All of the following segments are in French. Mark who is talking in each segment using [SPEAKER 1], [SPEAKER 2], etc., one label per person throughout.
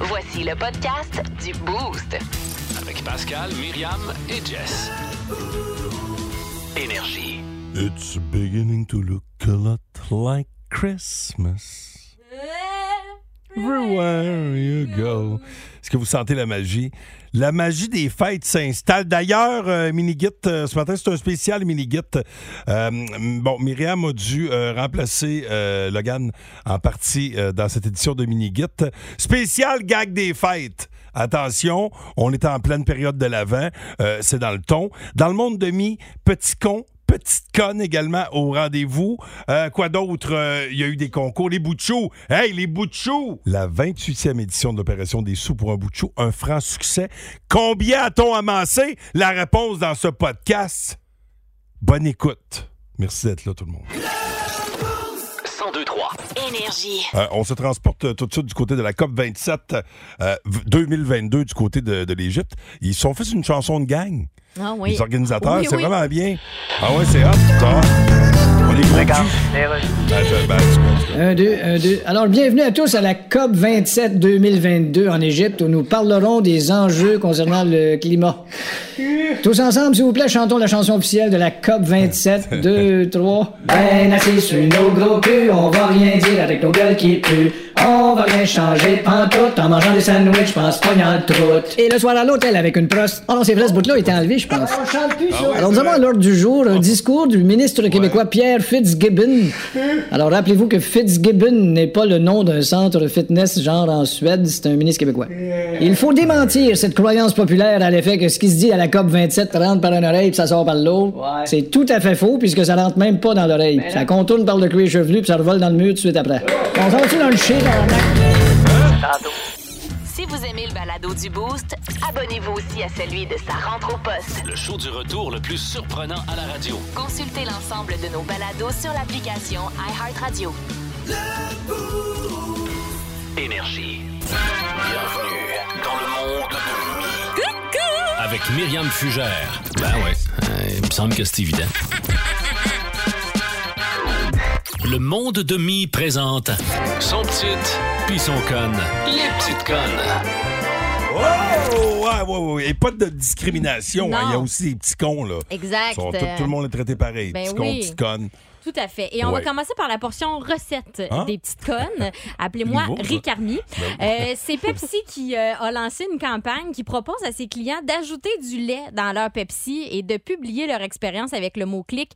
[SPEAKER 1] Voici le podcast du Boost.
[SPEAKER 2] Avec Pascal, Myriam et Jess. Énergie.
[SPEAKER 3] It's beginning to look a lot like Christmas.
[SPEAKER 4] Euh.
[SPEAKER 3] Everywhere you go. Est-ce que vous sentez la magie? La magie des fêtes s'installe. D'ailleurs, euh, Minigit, euh, ce matin, c'est un spécial Minigit. Euh, bon, Myriam a dû euh, remplacer euh, Logan en partie euh, dans cette édition de Minigit. Spécial gag des fêtes. Attention, on est en pleine période de l'Avent. Euh, c'est dans le ton. Dans le monde de mi, petit con, Petite conne également au rendez-vous. Euh, quoi d'autre? Euh, Il y a eu des concours. Les bouts de chou. Hey, les bouts de chou! La 28e édition de l'opération des sous pour un bout de chou, un franc succès. Combien a-t-on amassé? La réponse dans ce podcast. Bonne écoute. Merci d'être là, tout le monde.
[SPEAKER 2] 1023.
[SPEAKER 1] Énergie.
[SPEAKER 3] Euh, on se transporte euh, tout de suite du côté de la COP 27 euh, v- 2022 du côté de, de l'Égypte. Ils se sont fait une chanson de gang.
[SPEAKER 5] Ah oui.
[SPEAKER 3] Les organisateurs,
[SPEAKER 5] Oui,
[SPEAKER 3] c'est
[SPEAKER 5] oui.
[SPEAKER 3] vraiment bien. Ah ouais, c'est hot. ça. On est content. Ah, je- ben, tu-
[SPEAKER 6] Un, deux, un, deux. Alors, bienvenue à tous à la COP 27 2022 en Égypte où nous parlerons des enjeux concernant le climat. Tous ensemble, s'il vous plaît, chantons la chanson officielle de la COP 27, 2, 3. Ben assis sur nos gros culs, on va rien dire avec nos gueules qui puent. On va rien changer pantoute en mangeant des sandwichs, pense pas en troute. Et le soir à l'hôtel avec une proste. Oh non, c'est vrai, ce bout-là était enlevé, je pense. Alors, nous avons à l'ordre du jour un discours du ministre québécois Pierre Fitzgibbon. Alors, rappelez-vous que Fitzgibbon n'est pas le nom d'un centre fitness genre en Suède, c'est un ministre québécois. Il faut démentir cette croyance populaire à l'effet que ce qui se dit à la COP 27 rentre par une oreille puis ça sort par l'autre. C'est tout à fait faux puisque ça rentre même pas dans l'oreille. Ça contourne par le cuir chevelu puis ça revole dans le mur tout de suite après. On sort-tu dans le shit, tabarnak?
[SPEAKER 1] Si vous aimez le balado du Boost, abonnez-vous aussi à celui de sa rentre au poste.
[SPEAKER 2] Le show du retour le plus surprenant à la radio.
[SPEAKER 1] Consultez l'ensemble de nos balados sur l'application iHeartRadio.
[SPEAKER 2] Énergie. Bienvenue dans le monde de Mi. Avec Myriam Fugère. Ben ouais, euh, il me semble que c'est évident. Le monde de Mi présente son petite, puis son conne. Les petites connes.
[SPEAKER 3] Oh! Ouais, ouais, ouais. Et pas de discrimination.
[SPEAKER 5] Non.
[SPEAKER 3] hein. Il y a aussi des petits cons, là.
[SPEAKER 5] Exact.
[SPEAKER 3] Sont- tout, tout le monde est traité pareil.
[SPEAKER 5] Ben
[SPEAKER 3] petits
[SPEAKER 5] oui.
[SPEAKER 3] cons, petites connes.
[SPEAKER 5] Tout à fait. Et on
[SPEAKER 3] Ouais.
[SPEAKER 5] va commencer par la portion recette
[SPEAKER 3] Hein?
[SPEAKER 5] des petites connes. Appelez-moi
[SPEAKER 3] Nouveau, ça.
[SPEAKER 5] Ricarmi.
[SPEAKER 3] Ben,
[SPEAKER 5] Euh, c'est Pepsi qui euh, a lancé une campagne qui propose à ses clients d'ajouter du lait dans leur Pepsi et de publier leur expérience avec le mot-clic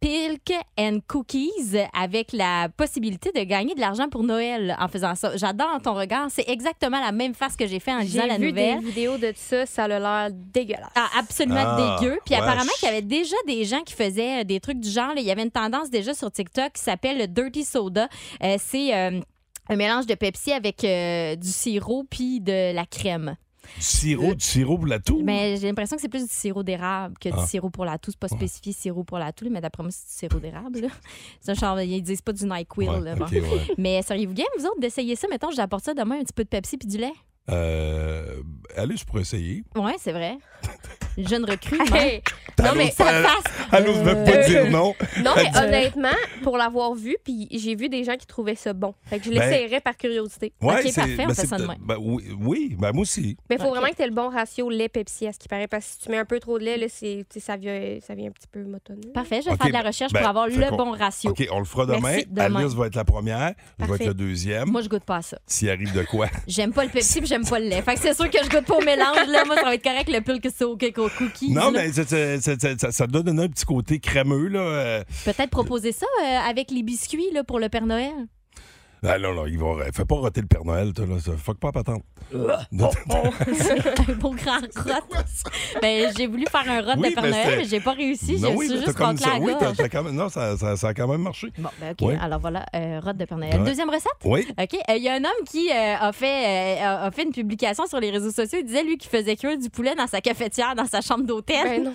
[SPEAKER 5] Pilk and Cookies avec la possibilité de gagner de l'argent pour Noël en faisant ça. J'adore ton regard. C'est exactement la même face que j'ai fait en lisant
[SPEAKER 4] J'ai
[SPEAKER 5] la
[SPEAKER 4] vu
[SPEAKER 5] nouvelle.
[SPEAKER 4] des vidéos de ça, ça a l'air dégueulasse.
[SPEAKER 5] Ah, absolument
[SPEAKER 3] Ah,
[SPEAKER 5] dégueu. Puis
[SPEAKER 3] wesh.
[SPEAKER 5] apparemment qu'il y avait déjà des gens qui faisaient euh, des trucs du genre. là. Il y avait une tendance déjà sur TikTok qui s'appelle le Dirty Soda. Euh, c'est euh, un mélange de Pepsi avec euh, du sirop puis de la crème.
[SPEAKER 3] Du sirop, du sirop pour la toux.
[SPEAKER 5] Mais j'ai l'impression que c'est plus du sirop d'érable que du
[SPEAKER 3] Ah.
[SPEAKER 5] sirop pour la toux. C'est pas spécifié sirop pour la toux, mais d'après moi, c'est du sirop d'érable. là. C'est un genre, ils disent pas du NyQuil.
[SPEAKER 3] Ouais,
[SPEAKER 5] là, bon.
[SPEAKER 3] ok, ouais.
[SPEAKER 5] Mais seriez-vous game, vous autres, d'essayer ça? Mettons, j'apporte ça demain, un petit peu de Pepsi puis du lait.
[SPEAKER 3] Euh, allez, je pourrais essayer.
[SPEAKER 5] Ouais, c'est vrai. Une jeune recrue. même.
[SPEAKER 4] Hey, non, mais,
[SPEAKER 5] Ça passe
[SPEAKER 3] Elle n'ose même euh, pas
[SPEAKER 4] Euh,
[SPEAKER 3] dire non.
[SPEAKER 4] non, mais honnêtement, pour l'avoir vu, puis j'ai vu des gens qui trouvaient ça bon. Fait que je
[SPEAKER 3] Ben-
[SPEAKER 4] l'essayerais par curiosité.
[SPEAKER 3] Ouais,
[SPEAKER 5] ok,
[SPEAKER 3] c'est-
[SPEAKER 5] parfait, on
[SPEAKER 3] ben,
[SPEAKER 5] fait
[SPEAKER 3] c'est
[SPEAKER 5] ça
[SPEAKER 3] peut-être-
[SPEAKER 5] demain.
[SPEAKER 3] ben, oui, oui, ben moi aussi.
[SPEAKER 4] Mais il faut
[SPEAKER 5] Ok.
[SPEAKER 4] vraiment que tu aies le bon ratio lait-Pepsi, à ce qui paraît, parce que si tu mets un peu trop de lait, là, c'est- tu sais, ça, vient, ça vient un petit peu motonneux.
[SPEAKER 5] Parfait, je vais
[SPEAKER 3] Ok,
[SPEAKER 5] faire de la recherche
[SPEAKER 3] ben,
[SPEAKER 5] pour avoir
[SPEAKER 3] fait
[SPEAKER 5] le
[SPEAKER 3] qu'on-
[SPEAKER 5] bon ratio.
[SPEAKER 3] OK, on le fera demain.
[SPEAKER 5] Merci, demain.
[SPEAKER 3] Alice va être la première. Je vais
[SPEAKER 4] Parfait.
[SPEAKER 3] être la deuxième.
[SPEAKER 5] Moi, je goûte pas à ça.
[SPEAKER 3] S'il arrive de quoi?
[SPEAKER 5] J'aime pas le Pepsi puis j'aime pas le lait. Fait que c'est sûr que je goûte pas au mélange. Là. Moi, ça va être correct le pull que c'est au cake aux cookies.
[SPEAKER 3] non,
[SPEAKER 5] là.
[SPEAKER 3] mais c'est- c'est- c'est- c'est- ça, ça doit donner un petit côté crémeux. Là. Euh,
[SPEAKER 5] Peut-être proposer ça euh, avec les biscuits là, pour le Père Noël.
[SPEAKER 3] ah non, non, ils vont, fais pas roter le Père Noël. Toi, là, ça, fuck pas, patente.
[SPEAKER 5] Oh, un beau grand rot. Ben, j'ai voulu faire un rot
[SPEAKER 3] Oui,
[SPEAKER 5] de Père
[SPEAKER 3] mais c'était-
[SPEAKER 5] Noël, mais j'ai pas réussi.
[SPEAKER 3] Non,
[SPEAKER 5] Je
[SPEAKER 3] oui,
[SPEAKER 5] suis
[SPEAKER 3] mais
[SPEAKER 5] juste
[SPEAKER 3] t'as comme
[SPEAKER 5] rentrée à
[SPEAKER 3] ça.
[SPEAKER 5] la
[SPEAKER 3] Oui, t'as-
[SPEAKER 5] gorge.
[SPEAKER 3] t'as quand même- non, ça, ça- ça a quand même marché.
[SPEAKER 5] Bon, ben, OK.
[SPEAKER 3] Ouais.
[SPEAKER 5] Alors voilà, euh, rot de Père Noël.
[SPEAKER 3] Ouais.
[SPEAKER 5] Deuxième recette.
[SPEAKER 3] Oui.
[SPEAKER 5] OK. Euh, Il y a un homme qui euh, a, fait, euh, a- a fait une publication sur les réseaux sociaux. Il disait, lui, qu'il faisait cuire du poulet dans sa cafetière, dans sa chambre d'hôtel.
[SPEAKER 4] Ben non.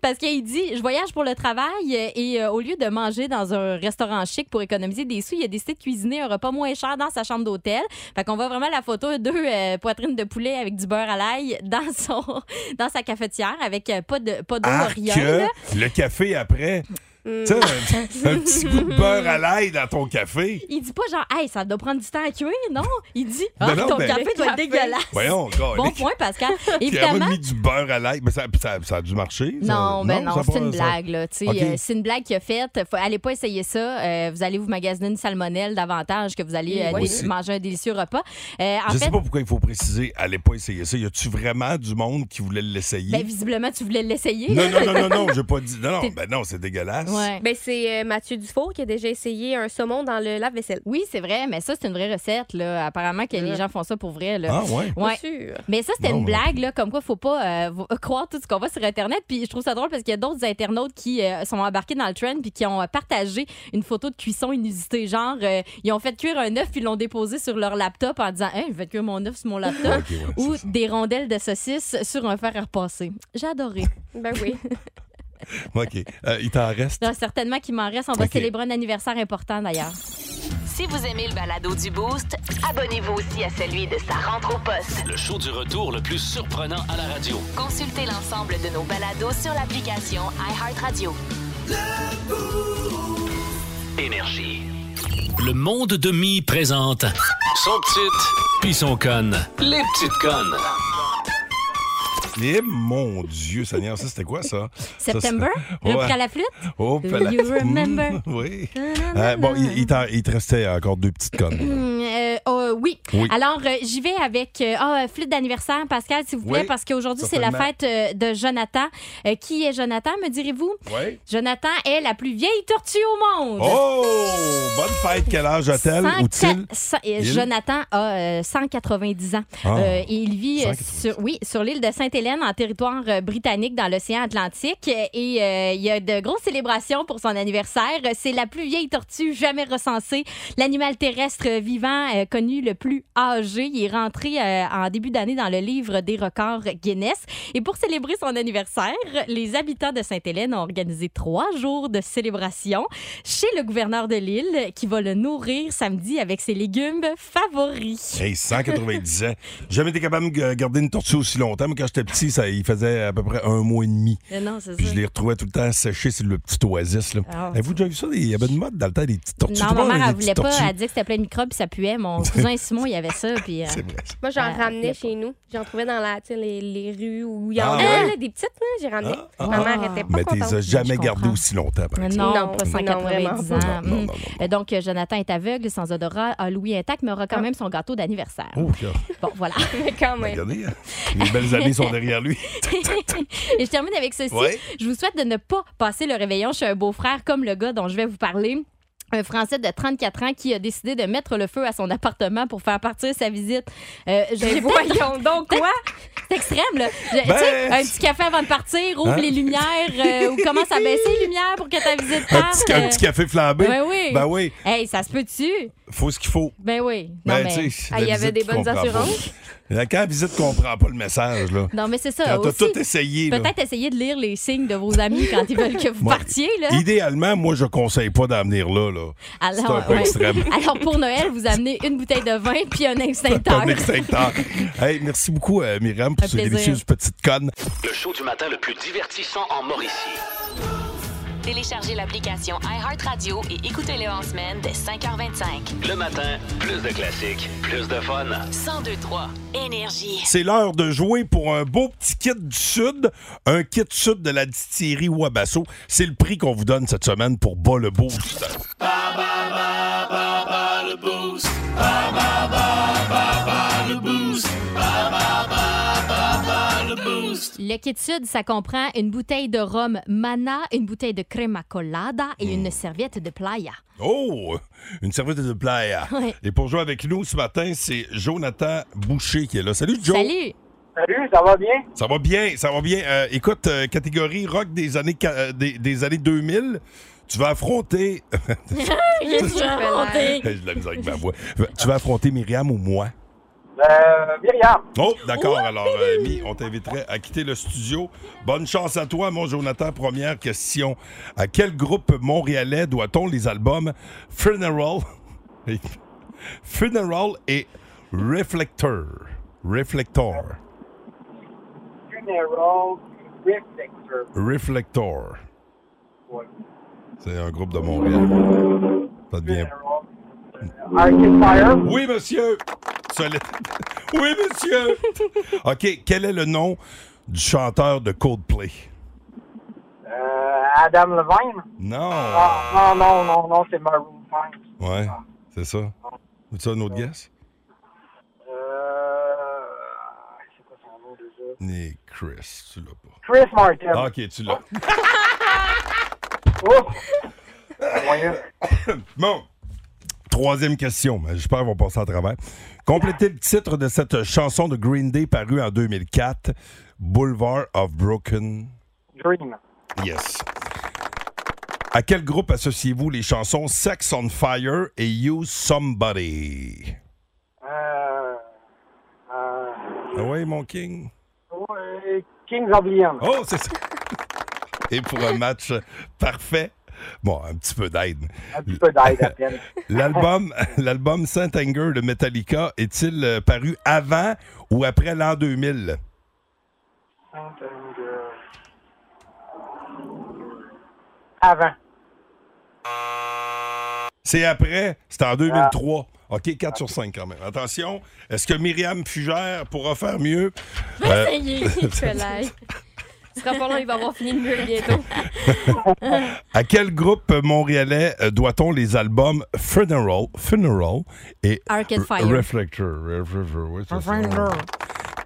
[SPEAKER 5] Parce qu'il dit, je voyage pour le travail euh, et euh, au lieu de manger dans un restaurant chic pour économiser des sous, il a décidé de cuisiner un repas moins cher dans sa chambre d'hôtel. Fait qu'on voit vraiment la photo deux euh, poitrines de poulet avec du beurre à l'ail dans son dans sa cafetière avec euh, pas de pas d'eau
[SPEAKER 3] Arc,
[SPEAKER 5] rien. là.
[SPEAKER 3] le café après,
[SPEAKER 4] Mm.
[SPEAKER 3] Tu sais, un, un petit goût de beurre à l'ail dans ton café.
[SPEAKER 5] Il dit pas genre, hey, ça doit prendre du temps à cuire, non? Il dit,
[SPEAKER 3] Ben
[SPEAKER 5] Ah,
[SPEAKER 3] non,
[SPEAKER 5] ton
[SPEAKER 3] ben-
[SPEAKER 5] café doit être
[SPEAKER 4] Café.
[SPEAKER 5] dégueulasse.
[SPEAKER 3] Voyons,
[SPEAKER 5] Bon
[SPEAKER 3] gars.
[SPEAKER 5] point, Pascal.
[SPEAKER 3] Il a
[SPEAKER 5] Évidemment.
[SPEAKER 3] mis du beurre à l'ail. Mais ça, ça, ça a dû marcher. ça.
[SPEAKER 5] Non, ben non,
[SPEAKER 3] ça a
[SPEAKER 5] c'est
[SPEAKER 3] pas-
[SPEAKER 5] une
[SPEAKER 3] ça-
[SPEAKER 5] blague, là. tu sais,
[SPEAKER 3] Ok.
[SPEAKER 5] euh, c'est une blague qu'il a faite. Faut- Allez pas essayer ça. Euh, vous allez vous magasiner une salmonelle davantage que vous allez euh,
[SPEAKER 4] Oui,
[SPEAKER 5] dé-
[SPEAKER 3] c'est-
[SPEAKER 5] manger un délicieux repas. Euh, en
[SPEAKER 3] Je
[SPEAKER 5] fait,
[SPEAKER 3] sais pas pourquoi il faut préciser, allez pas essayer ça. Y a-tu vraiment du monde qui voulait l'essayer?
[SPEAKER 5] ben, visiblement, tu voulais l'essayer.
[SPEAKER 3] non, non, non, non, non, j'ai pas dit. Non, non,
[SPEAKER 5] T'es-
[SPEAKER 3] ben non, c'est dégueulasse.
[SPEAKER 5] Ouais.
[SPEAKER 4] Ben, c'est euh, Mathieu Dufour qui a déjà essayé un saumon dans le lave-vaisselle.
[SPEAKER 5] Oui, c'est vrai, mais ça, c'est une vraie recette. Là. Apparemment que les gens font ça pour vrai. Là.
[SPEAKER 3] Ah, ouais.
[SPEAKER 4] Pas
[SPEAKER 5] Ouais.
[SPEAKER 4] sûr.
[SPEAKER 5] Mais ça, c'était
[SPEAKER 3] Bon,
[SPEAKER 5] une
[SPEAKER 3] ok.
[SPEAKER 5] blague, là, comme quoi il faut pas euh, vo- croire tout ce qu'on voit sur Internet. Puis je trouve ça drôle parce qu'il y a d'autres internautes qui euh, sont embarqués dans le trend puis qui ont euh, partagé une photo de cuisson inusitée. Genre, euh, ils ont fait cuire un œuf puis l'ont déposé sur leur laptop en disant Hein, je vais cuire mon œuf sur mon laptop.
[SPEAKER 3] Ok, ouais, c'est
[SPEAKER 5] Ou
[SPEAKER 3] ça.
[SPEAKER 5] des rondelles de saucisses sur un fer à repasser. J'ai adoré.
[SPEAKER 4] Ben oui.
[SPEAKER 3] OK. Euh, il t'en reste.
[SPEAKER 5] Alors, certainement qu'il m'en reste. On va
[SPEAKER 3] Ok.
[SPEAKER 5] célébrer un anniversaire important d'ailleurs.
[SPEAKER 1] Si vous aimez le balado du Boost, abonnez-vous aussi à celui de sa rentre au poste.
[SPEAKER 2] Le show du retour le plus surprenant à la radio.
[SPEAKER 1] Consultez l'ensemble de nos balados sur l'application iHeartRadio.
[SPEAKER 2] Énergie. Le monde de Mi présente son petite puis son conne. Les petites connes.
[SPEAKER 3] Eh mon Dieu, Seigneur, ça, c'était quoi, ça? Ça,
[SPEAKER 5] September,
[SPEAKER 3] c'est-
[SPEAKER 5] le
[SPEAKER 3] Ouais.
[SPEAKER 5] prix à la flûte.
[SPEAKER 3] Oh,
[SPEAKER 5] Do
[SPEAKER 3] pala-
[SPEAKER 5] you remember?
[SPEAKER 3] Mm, oui. Euh, bon, il, il t'en- il te restait encore deux petites connes.
[SPEAKER 5] Hum, euh, euh, oui.
[SPEAKER 3] Oui.
[SPEAKER 5] Alors, euh, j'y vais avec euh, ah, euh, flûte d'anniversaire, Pascal, s'il vous plaît,
[SPEAKER 3] Oui,
[SPEAKER 5] parce qu'aujourd'hui, c'est la
[SPEAKER 3] certainement.
[SPEAKER 5] fête euh, de Jonathan. Euh, qui est Jonathan, me direz-vous?
[SPEAKER 3] Oui.
[SPEAKER 5] Jonathan est la plus vieille tortue au monde.
[SPEAKER 3] Oh! Bonne fête, quel âge a-t-elle
[SPEAKER 5] Cent-
[SPEAKER 3] ou t-il?
[SPEAKER 5] cent- euh,
[SPEAKER 3] Il?
[SPEAKER 5] Jonathan a euh, 190 ans.
[SPEAKER 3] Ah.
[SPEAKER 5] Euh, et il vit euh,
[SPEAKER 3] 190.
[SPEAKER 5] sur, oui, sur l'île de Sainte-Hélène, en territoire euh, britannique, dans l'océan Atlantique. Euh, Et euh, il y a de grosses célébrations pour son anniversaire. Euh, C'est la plus vieille tortue jamais recensée. L'animal terrestre euh, vivant euh, connu le plus âgé. Il est rentré euh, en début d'année dans le livre des records Guinness. Et pour célébrer son anniversaire, les habitants de Sainte-Hélène ont organisé trois jours de célébration chez le gouverneur de l'île qui va le nourrir samedi avec ses légumes favoris.
[SPEAKER 3] Hey, 190 ans. J'ai Jamais été capable de g- garder une tortue aussi longtemps. Moi, quand j'étais petit, ça, il faisait à peu près un mois et demi.
[SPEAKER 5] Non, c'est
[SPEAKER 3] Puis je les retrouvais tout le temps séchés sur le petit oasis. Là.
[SPEAKER 5] Ah.
[SPEAKER 3] Avez-vous déjà vu ça? Il y avait une mode dans le temps des petites tortues. Tu
[SPEAKER 5] Non,
[SPEAKER 3] vois,
[SPEAKER 5] ma mère,
[SPEAKER 3] les
[SPEAKER 5] elle voulait
[SPEAKER 3] petites
[SPEAKER 5] pas.
[SPEAKER 3] tortues.
[SPEAKER 5] Elle disait que c'était plein de microbes puis ça puait. Mon cousin Simon, il avait ça. Puis, euh,
[SPEAKER 3] C'est vrai.
[SPEAKER 4] Moi, j'en
[SPEAKER 5] Euh,
[SPEAKER 4] ramenais
[SPEAKER 5] le-
[SPEAKER 4] chez nous. J'en trouvais dans la, tu sais, les, les rues où il y en
[SPEAKER 3] Ah
[SPEAKER 4] a
[SPEAKER 3] ouais?
[SPEAKER 4] là, des petites. là, J'ai ramené.
[SPEAKER 3] Ah, ah,
[SPEAKER 4] Ma
[SPEAKER 3] ah.
[SPEAKER 4] mère était pas
[SPEAKER 3] Mais tu les as
[SPEAKER 4] contente.
[SPEAKER 3] jamais
[SPEAKER 5] Je
[SPEAKER 3] gardées
[SPEAKER 5] comprends.
[SPEAKER 3] aussi longtemps, par exemple.
[SPEAKER 5] non,
[SPEAKER 4] Non,
[SPEAKER 5] pas
[SPEAKER 4] non, vraiment
[SPEAKER 5] 190
[SPEAKER 4] pas.
[SPEAKER 5] ans.
[SPEAKER 3] Non, non,
[SPEAKER 5] Mm.
[SPEAKER 3] non,
[SPEAKER 5] Euh, Donc, euh, Jonathan est aveugle, sans odorat, a l'ouïe intact, mais aura
[SPEAKER 4] Ah.
[SPEAKER 5] quand même son gâteau d'anniversaire.
[SPEAKER 3] Oh, regarde.
[SPEAKER 5] Bon, voilà.
[SPEAKER 4] Mais quand même.
[SPEAKER 3] regardez. hein. Les belles années sont derrière lui.
[SPEAKER 5] Et je termine avec ceci.
[SPEAKER 3] Ouais.
[SPEAKER 5] Je vous souhaite de ne pas passer le réveillon chez un beau-frère comme le gars dont je vais vous parler. Un Français de 34 ans qui a décidé de mettre le feu à son appartement pour faire partir sa visite. Euh, j'ai
[SPEAKER 4] Ben
[SPEAKER 5] pas-
[SPEAKER 4] voyons donc quoi?
[SPEAKER 5] C'est extrême, là. Je- tu
[SPEAKER 3] Ben,
[SPEAKER 5] sais, un petit café avant de partir, ouvre
[SPEAKER 3] Hein?
[SPEAKER 5] les lumières euh, ou commence à baisser les lumières pour que ta visite
[SPEAKER 3] Un
[SPEAKER 5] parte.
[SPEAKER 3] petit, un petit café flambé.
[SPEAKER 5] Ben oui.
[SPEAKER 3] Ben oui.
[SPEAKER 5] Hey, ça se peut-tu?
[SPEAKER 3] Faut ce qu'il faut.
[SPEAKER 5] Ben oui. Non,
[SPEAKER 3] Ben,
[SPEAKER 5] mais,
[SPEAKER 3] tu sais,
[SPEAKER 4] Ah,
[SPEAKER 3] la
[SPEAKER 4] il y avait
[SPEAKER 3] visite,
[SPEAKER 4] des
[SPEAKER 3] tu
[SPEAKER 4] bonnes
[SPEAKER 3] comprends pas.
[SPEAKER 4] assurances?
[SPEAKER 3] Là, Quand la visite comprend pas le message, là.
[SPEAKER 5] non, mais c'est ça.
[SPEAKER 3] Quand t'as
[SPEAKER 5] aussi.
[SPEAKER 3] tout essayé, là.
[SPEAKER 5] Peut-être essayer de lire les signes de vos amis quand ils veulent que vous
[SPEAKER 3] Moi,
[SPEAKER 5] partiez, là.
[SPEAKER 3] Idéalement, moi, je conseille pas d'en venir là. là. C'est un peu
[SPEAKER 5] ouais.
[SPEAKER 3] extrême.
[SPEAKER 5] euh, Alors, pour Noël, vous amenez une bouteille de vin puis un
[SPEAKER 3] Un
[SPEAKER 5] extincteur.
[SPEAKER 3] extincteur. Hey, merci beaucoup, euh, Myriam, pour
[SPEAKER 5] Un
[SPEAKER 3] ces
[SPEAKER 5] plaisir.
[SPEAKER 3] délicieuses petites connes.
[SPEAKER 2] Le show du matin le plus divertissant en Mauricie.
[SPEAKER 1] Téléchargez l'application iHeartRadio et écoutez-le en semaine dès 5h25.
[SPEAKER 2] Le matin, plus de classiques, plus de fun.
[SPEAKER 1] 1023 Énergie.
[SPEAKER 3] C'est l'heure de jouer pour un beau petit kit du Sud, un kit Sud de la distillerie Wabasso. C'est le prix qu'on vous donne cette semaine pour Bas le Boost.
[SPEAKER 5] Le kit sud, ça comprend une bouteille de rhum mana, une bouteille de crema colada et
[SPEAKER 3] Mm.
[SPEAKER 5] une serviette de playa.
[SPEAKER 3] Oh, une serviette de playa.
[SPEAKER 5] Ouais.
[SPEAKER 3] Et pour jouer avec nous ce matin, c'est Jonathan Boucher qui est là. Salut, Joe.
[SPEAKER 5] Salut!
[SPEAKER 7] Salut, ça va bien?
[SPEAKER 3] Ça va bien, ça va bien. Euh, écoute, euh, catégorie rock des années, ca- euh, des, des années 2000, tu vas affronter...
[SPEAKER 4] Super.
[SPEAKER 3] J'ai de la misère avec ma voix. Tu vas affronter Myriam ou moi?
[SPEAKER 7] Euh, Myriam,
[SPEAKER 3] Oh, d'accord. Alors, euh, Amy, on t'inviterait à quitter le studio. Bonne chance à toi, mon Jonathan. Première question. À quel groupe montréalais doit-on les albums Funeral, Funeral et Reflector? Reflector.
[SPEAKER 7] funeral reflector.
[SPEAKER 3] Reflector.
[SPEAKER 7] Ouais.
[SPEAKER 3] C'est un groupe de Montréal. Ça devient.
[SPEAKER 7] Arcade Fire.
[SPEAKER 3] Oui, monsieur! Solide. Oui, monsieur! OK, quel est le nom du chanteur de Coldplay?
[SPEAKER 7] Euh, Adam Levine.
[SPEAKER 3] Non!
[SPEAKER 7] Ah, non, non, non, non, c'est Maroon 5.
[SPEAKER 3] Ouais, c'est ça. Ou ça, une autre guess?
[SPEAKER 7] Euh, Uh, c'est quoi son nom déjà?
[SPEAKER 3] Ni Chris, tu l'as pas.
[SPEAKER 7] Chris Martin. Oh!
[SPEAKER 3] Ah, OK, tu l'as.
[SPEAKER 7] Ouf! Voyons.
[SPEAKER 3] Bon. Troisième question. mais J'espère qu'on va passer à travers. Complétez le titre de cette chanson de Green Day parue en 2004, Boulevard of Broken.
[SPEAKER 7] Dream.
[SPEAKER 3] Yes. À quel groupe associez-vous les chansons Sex on Fire et You Somebody?
[SPEAKER 7] Euh, euh,
[SPEAKER 3] Ah ouais, mon king.
[SPEAKER 7] ouais, Kings of Leon.
[SPEAKER 3] Oh, c'est ça. Et pour un match parfait, bon, un petit peu d'aide.
[SPEAKER 7] Un petit peu d'aide à peine.
[SPEAKER 3] L'album, l'album Saint Anger de Metallica est-il euh, paru avant ou après l'an 2000?
[SPEAKER 7] Avant.
[SPEAKER 3] C'est après, c'est en 2003. OK, 4 sur 5 quand même. Attention, est-ce que Myriam Fugère pourra faire mieux? Euh,
[SPEAKER 4] Essayez, Nicolas. Ce sera pas long, il va avoir fini le mur bientôt.
[SPEAKER 3] à quel groupe montréalais euh, doit-on les albums Funeral, Funeral et
[SPEAKER 5] Arcade
[SPEAKER 3] R-
[SPEAKER 5] Ah, Fire.
[SPEAKER 3] Reflector? Reflector, oui, c'est ça.